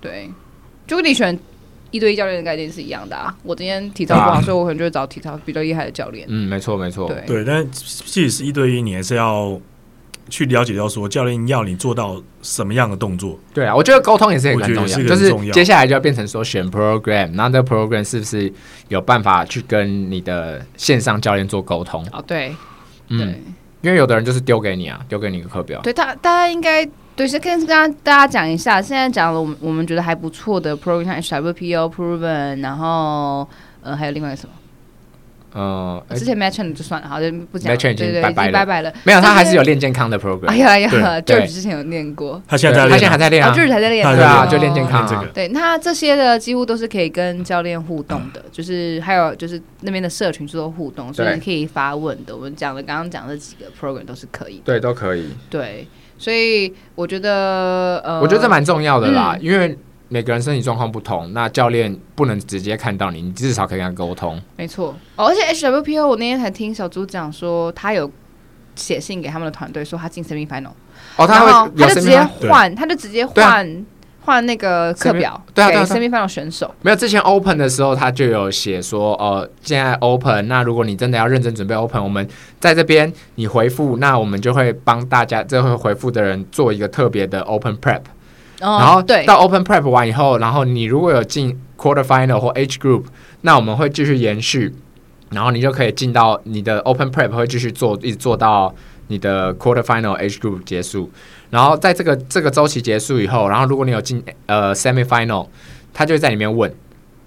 A: 对，就跟你选。一对一教练的概念是一样的啊！我今天体操不
C: 对
A: 好，
C: 啊
A: 所以我可能就会找体操比较厉害的教练。
C: 嗯，没错没错，
A: 对
B: 对，但即使是一对一，你还是要去了解到说教练要你做到什么样的动作。
C: 对啊，我觉得沟通也是很
B: 我觉
C: 重
B: 得
C: 要，
B: 是个
C: 就
B: 很
C: 是
B: 重要
C: 接下来就要变成说选 program，那这个 program 是不是有办法去跟你的线上教练做沟通？
A: 哦，对，
C: 嗯
A: 对，，
C: 因为有的人就是丢给你啊，丢给你一个课表。
A: 对，大大家应该对，先跟跟大家讲一下，现在讲了我们我们觉得还不错的 program，像 HWPO Proven，然后呃还有另外一个什么，
C: 嗯，
A: 之前 Match 就算了，好就不讲了
C: Matchend 已经
A: 对对
C: 拜
A: 已
C: 拜
A: 经
C: 了
A: 拜拜了，
C: 没有，他还
A: 但
C: 是有练健康的
A: 哎
C: program，
A: 呀哎呀
B: 对
A: ，George
C: 对
A: 之前有念过，哦
B: 他现
C: 对
B: 在在
C: 他
B: 练
C: 现在还
B: 啊，
C: 在练啊，
A: ，George 还在练
B: 他
A: 呢，
B: 还
C: 对啊，
B: 在
C: 就练健康
B: 练这
C: 啊
B: 个，
A: 哦对，那这些的几乎都是可以跟教练互动的，就是还有就是那边的社群做互动，所以
C: 嗯对
A: 你可以发问的。我们讲的刚刚讲的几个 program 都是可以的。
C: 对，都可以。
A: 对，所以我觉得呃，
C: 我觉得这蛮重要的
A: 嗯
C: 啦，因为每个人身体状况不同，那教练不能直接看到你，你至少可以跟他沟通。
A: 没错、哦，而且 HWPO 我那天还听小猪讲说，他有写信给他们的团队说他进 semi final，
C: 哦，
A: 然
C: 他
A: 后
C: 会有
A: 他就直
C: semi-
A: 接换，他就直接
C: 对啊
A: 换换那个课
C: Semi-
A: 表给
C: 对啊对啊对
A: semi final 选手。
C: 没有，之前 open 的时候他就有写说，呃，现在 open，那如果你真的要认真准备 open，我们在这边你回复，那我们就会帮大家，这会回复的人做一个特别的 open prep，、
A: 哦
C: 然后
A: 对，
C: 到 open prep 完以后，然后你如果有进 quarter final 或 H group，那我们会继续延续，然后你就可以进到你的 open prep 会继续做，一直做到你的 quarter final H group 结束，然后在这个这个周期结束以后，然后如果你有进呃 semi final，他就会在里面问。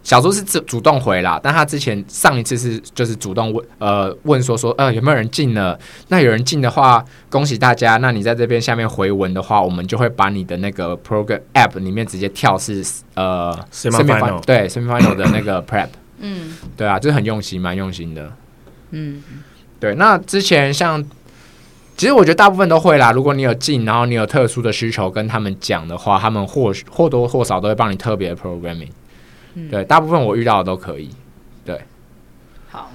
C: 小猪是主主动回啦，但他之前上一次是就是主动问，呃，问说说，呃，有没有人进了？那有人进的话，恭喜大家。那你在这边下面回文的话，我们就会把你的那个 program app 里面直接跳是呃
B: Semifinal
C: 对 semifinal 的那 个 prep，
A: 嗯
C: 对啊，就是很用心，蛮用心的。
A: 嗯，
C: 对，那之前像，其实我觉得大部分都会啦。如果你有进，然后你有特殊的需求跟他们讲的话，他们或许或多或少都会帮你特别的 programming、
A: 嗯
C: 对，大部分我遇到的都可以。
A: 好，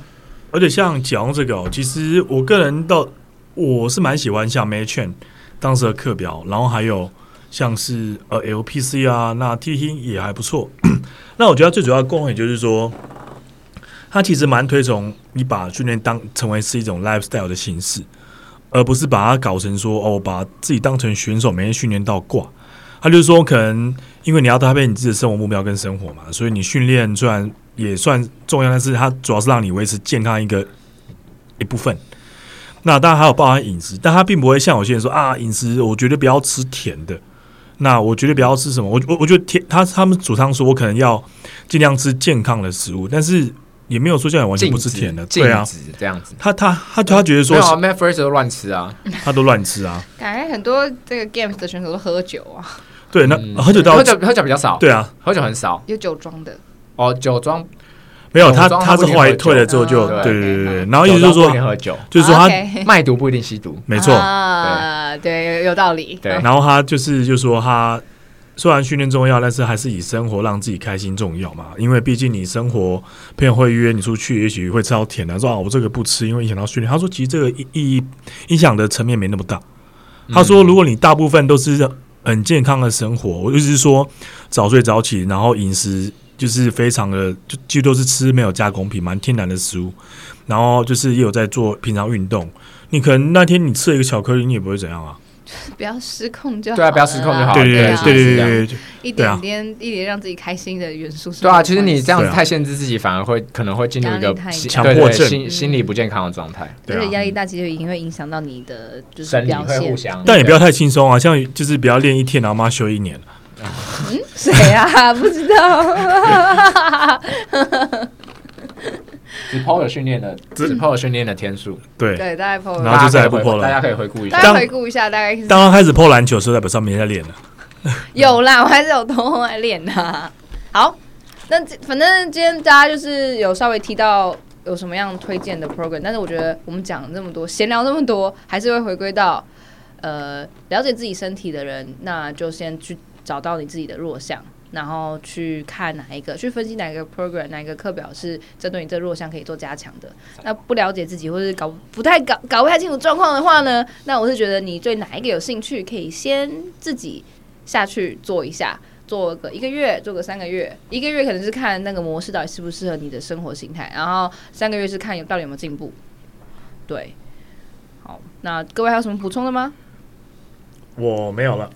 B: 而且像讲到这个哦，其实我个人到我是蛮喜欢像 m a c h a n 当时的课表，然后还有像是呃 LPC 啊，那 T T 也还不错。 那我觉得最主要的功能也就是说，它其实蛮推崇你把训练当成为是一种 lifestyle 的形式，而不是把它搞成说哦，我把自己当成选手，每天训练到挂。他就是说，可能因为你要搭配你自己的生活目标跟生活嘛，所以你训练虽然也算重要，但是它主要是让你维持健康一个一部分。那当然还有包含饮食，但它并不会像有些人说啊，饮食我绝对不要吃甜的，那我绝对不要吃什么。我我我觉得甜，他他们主张说我可能要尽量吃健康的食物，但是也没有说叫你完全
C: 禁
B: 不吃
C: 止
B: 甜的，
C: 禁
B: 对啊。
C: 止这样子。
B: 他他他他觉得
C: 没
B: 说
C: 有啊 m a t f r e s 都乱吃啊，
B: 他都乱吃啊，
A: 感觉很多这个 games 的选手都喝酒啊，
B: 对，那
C: 嗯
B: 喝酒到
C: 喝酒喝酒比较少，
B: 对啊，
C: 喝酒很少
A: 有酒庄的，
C: 哦。酒庄
B: 没有
C: 酒
B: 他
C: 庄
B: 他
C: 他
B: 是
C: 不
B: 后来
C: 能喝
B: 退了之后
A: 酒
B: 就
A: 哦
B: 对对
A: 对
B: 对
A: 对
B: 对，
A: 对
B: 然后意思就是
C: 酒庄
B: 说
C: 不能喝酒，
B: 就是说
A: 啊
B: 他
A: ，OK
C: 卖毒不一定吸毒。
B: 没错，
A: 啊，对，有有道理，
C: 对
B: 然后他就是就说他虽然训练重要，但是还是以生活让自己开心重要嘛。因为毕竟你生活朋友会约你出去，也许会吃到甜的，说啊我这个不吃，因为影响到训练。他说其实这个意意义影响的层面没那么大。他说如果你大部分都是很健康的生活，我就是说早睡早起，然后饮食就是非常的就几乎都是吃没有加工品，蛮天然的食物，然后就是也有在做平常运动。你可能那天你吃了一个巧克力，你也不会怎样啊。
A: 不要失控就好
C: 对啊不要失控就
A: 了啦
C: 好
B: 对
C: 对
B: 对
A: 啊
B: 对对
C: 是这样
B: 对对，
A: 一
B: 对啊
A: 点点一点让自己开心的元素是
C: 对啊，
A: 没
C: 其实你
A: 关系
C: 这样子
B: 对啊
C: 太限制自己，反而会可能会进入一
A: 压
C: 个
A: 力太
C: 心
B: 大
C: 对
B: 强迫
C: 对
B: 症
C: 心心理不健康的状态，
B: 对啊
A: 而且压力大，其实已经会影响到你的就是
C: 生理
A: 表
C: 会互
A: 现。
C: 相。
B: 但也不要太轻松啊，像就是不要练一天，然后妈休一年。
A: 谁啊？不知道。
C: 只抛了训练的，只抛了训练的天数，
B: 对，
A: 对，大概 PO
B: 然后
A: 了。
B: 就再也
C: 大家可以
B: 不 po 了
C: 大家可以回顾一
A: 大
C: 下。
A: 家回顾一下，大概是
B: 当他开始破篮球的时候，代表上没在练了。
A: 有啦，我还是有偷偷在练呐。啊好，那这反正今天大家就是有稍微提到有什么样推荐的 program，但是我觉得我们讲这么多，闲聊这么多，还是会回归到呃了解自己身体的人，那就先去找到你自己的弱项。然后去看哪一个，去分析哪一个 program，哪一个课表是针对你这弱项可以做加强的。那不了解自己，或是搞不太搞搞不太清楚状况的话呢，那我是觉得你对哪一个有兴趣，可以先自己下去做一下，做个一个月，做个三个月，一个月可能是看那个模式到底适不适合你的生活形态，然后三个月是看有到底有没有进步。对，好，那各位还有什么补充的吗？
B: 我没有了，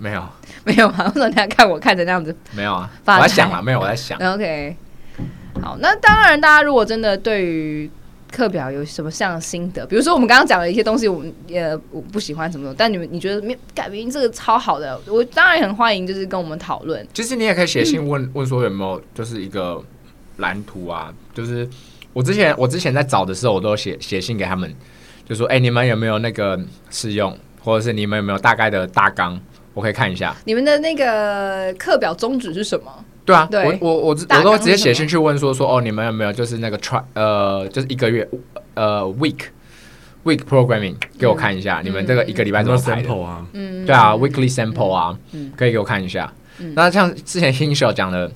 C: 没有，啊
A: 没有吗？为什么大家看我看着那样子
C: 没有啊，
A: 发
C: 我在
A: 财
C: 想 了，没有，我在想。啊
A: ？OK，好，那当然，大家如果真的对于课表有什么像心得，比如说我们刚刚讲的一些东西，我们呃我不喜欢什么什么，但你们你觉得没改变这个超好的，我当然也很欢迎，就是跟我们讨论。
C: 其实你也可以写信问问说有没有就是一个蓝图啊，就是我之前我之前在找的时候，我都有写写信给他们，就说哎、你们有没有那个试用，或者是你们有没有大概的大纲，我可以看一下。
A: 你们的那个课表宗旨是什么？
C: 对啊，
A: 对
C: 我我我
A: 大
C: 我
A: 纲
C: 都直接
A: 是什么
C: 写信去问说说哦，你们有没有就是那个 try 呃，就是一个月呃 week week programming 给我看一下，你们这个一个礼拜
B: 很
C: 怎
B: 多
C: 么排的？
B: sample 啊，
A: 嗯，
C: 对啊，weekly sample 啊，
A: 嗯
C: 可以给我看一下。
A: 嗯
C: 那像之前 h i n s h o 讲的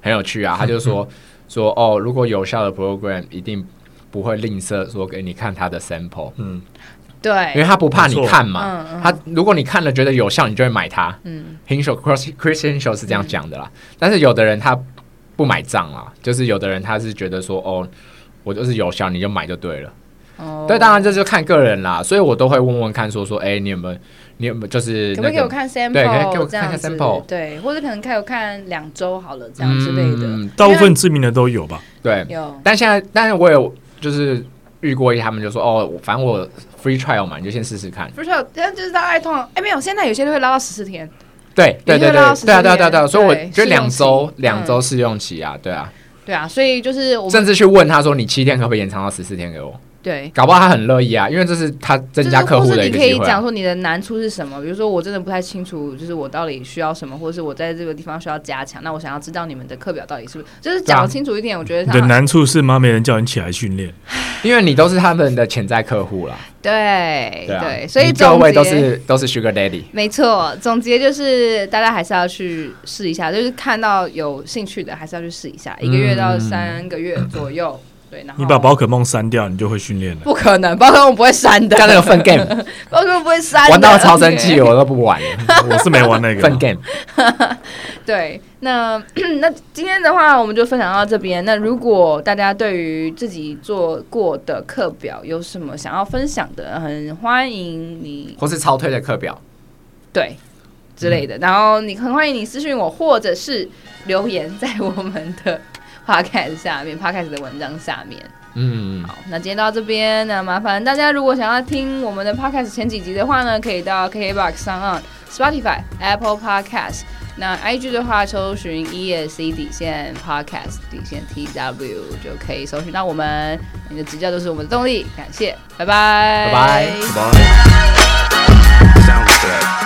C: 很有趣啊，他就
B: 嗯
C: 说说哦，如果有效的 program 一定不会吝啬说给你看他的 sample，
B: 嗯，
C: 因为
A: 对，
C: 他不怕
B: 没错
C: 你看
A: 嗯
C: 嘛
A: 嗯。
C: 他如果你看了觉得有效，你就会买它。
A: 嗯，
C: h i n s h o Chris Chris h i n s h o 是这样讲的啦，但是有的人他不买账啦，就是有的人他是觉得说哦。我就是有效，你就买就对了。
A: 哦
C: 对，当然这就看个人啦，所以我都会问问看，说说，哎、你有没有，你有没有，就是、
A: 可不
C: 那个。
A: 可以给我看 sample？
C: 对可以给我
A: 这
C: 看一下
A: 样子
C: sample
A: 对，或者可能看我看两周好了，这样之类的。
C: 嗯、
B: 大部分知名的都有吧。
C: 对，
A: 有，
C: 但现在，但是我有就是遇过一些他们就说哦，我反正我 free trial 嘛，你就先试试看。
A: 不是，但就是大概通常，哎，没有，现在有些都会拉到十四天。
C: 对对
A: 你就
C: 对对
A: 拉到
C: 对
A: 14
C: 对啊对啊
A: 天
C: 对啊对啊，所以我
A: 对
C: 就两
A: 试
C: 周
A: 用期
C: 两周试用期啊，对啊，
A: 对啊，所以就是我们
C: 甚至去问他说你七天可不可以延长到十四天给我，
A: 对。
C: 搞不好他很乐意啊，因为这是他增加客户
A: 就是或
C: 的
A: 是你
C: 一个
A: 可
C: 机
A: 以
C: 会
A: 讲
C: 啊。
A: 说你的难处是什么，比如说我真的不太清楚，就是我到底需要什么，或是我在这个地方需要加强。那我想要知道你们的课表到底是不是，就是
C: 啊
A: 讲清楚一点，我觉得
B: 你
A: 他
B: 的难处是妈没人叫你起来训练，
C: 因为你都是他们的潜在客户啦，
A: 对
C: 啊，
A: 所以
C: 你各
A: 总
C: 位
A: 结
C: 都是都是 Sugar Daddy，
A: 没错，总结就是大家还是要去
C: 嗯
A: 试一下，就是看到有兴趣的还是要去试一下，一个月到三个月左右。对，然后
B: 你把宝可梦删掉，你就会训练了。
A: 不可能，宝可梦不会删的，
C: 看那 个粪
A: 啊
C: game
A: 宝可梦不会删的，
C: 玩到超生气，哦我都不 玩了。
B: 我是没玩 那个
C: 粪，game
A: 对，那 那今天的话，我们就分享到这边。那如果大家对于自己做过的课表有什么想要分享的，很欢迎你
C: 或是超推的课表，
A: 对之类
C: 嗯
A: 的，然后你很欢迎你私信我，或者是留言在我们的 podcast 下面，podcast 的文章下面。
C: 嗯，
A: 好，那今天到这边，那麻烦大家如果想要听我们的 podcast 前几集的话呢，可以到 KKBox 上 on Spotify、Apple Podcast。那 IG 的话，搜寻 ESC 底线 Podcast 底线 TW 就可以搜寻到我们。你的指教就是我们的动力，感谢，拜拜，
C: 拜拜
B: 拜。
D: Sound effect.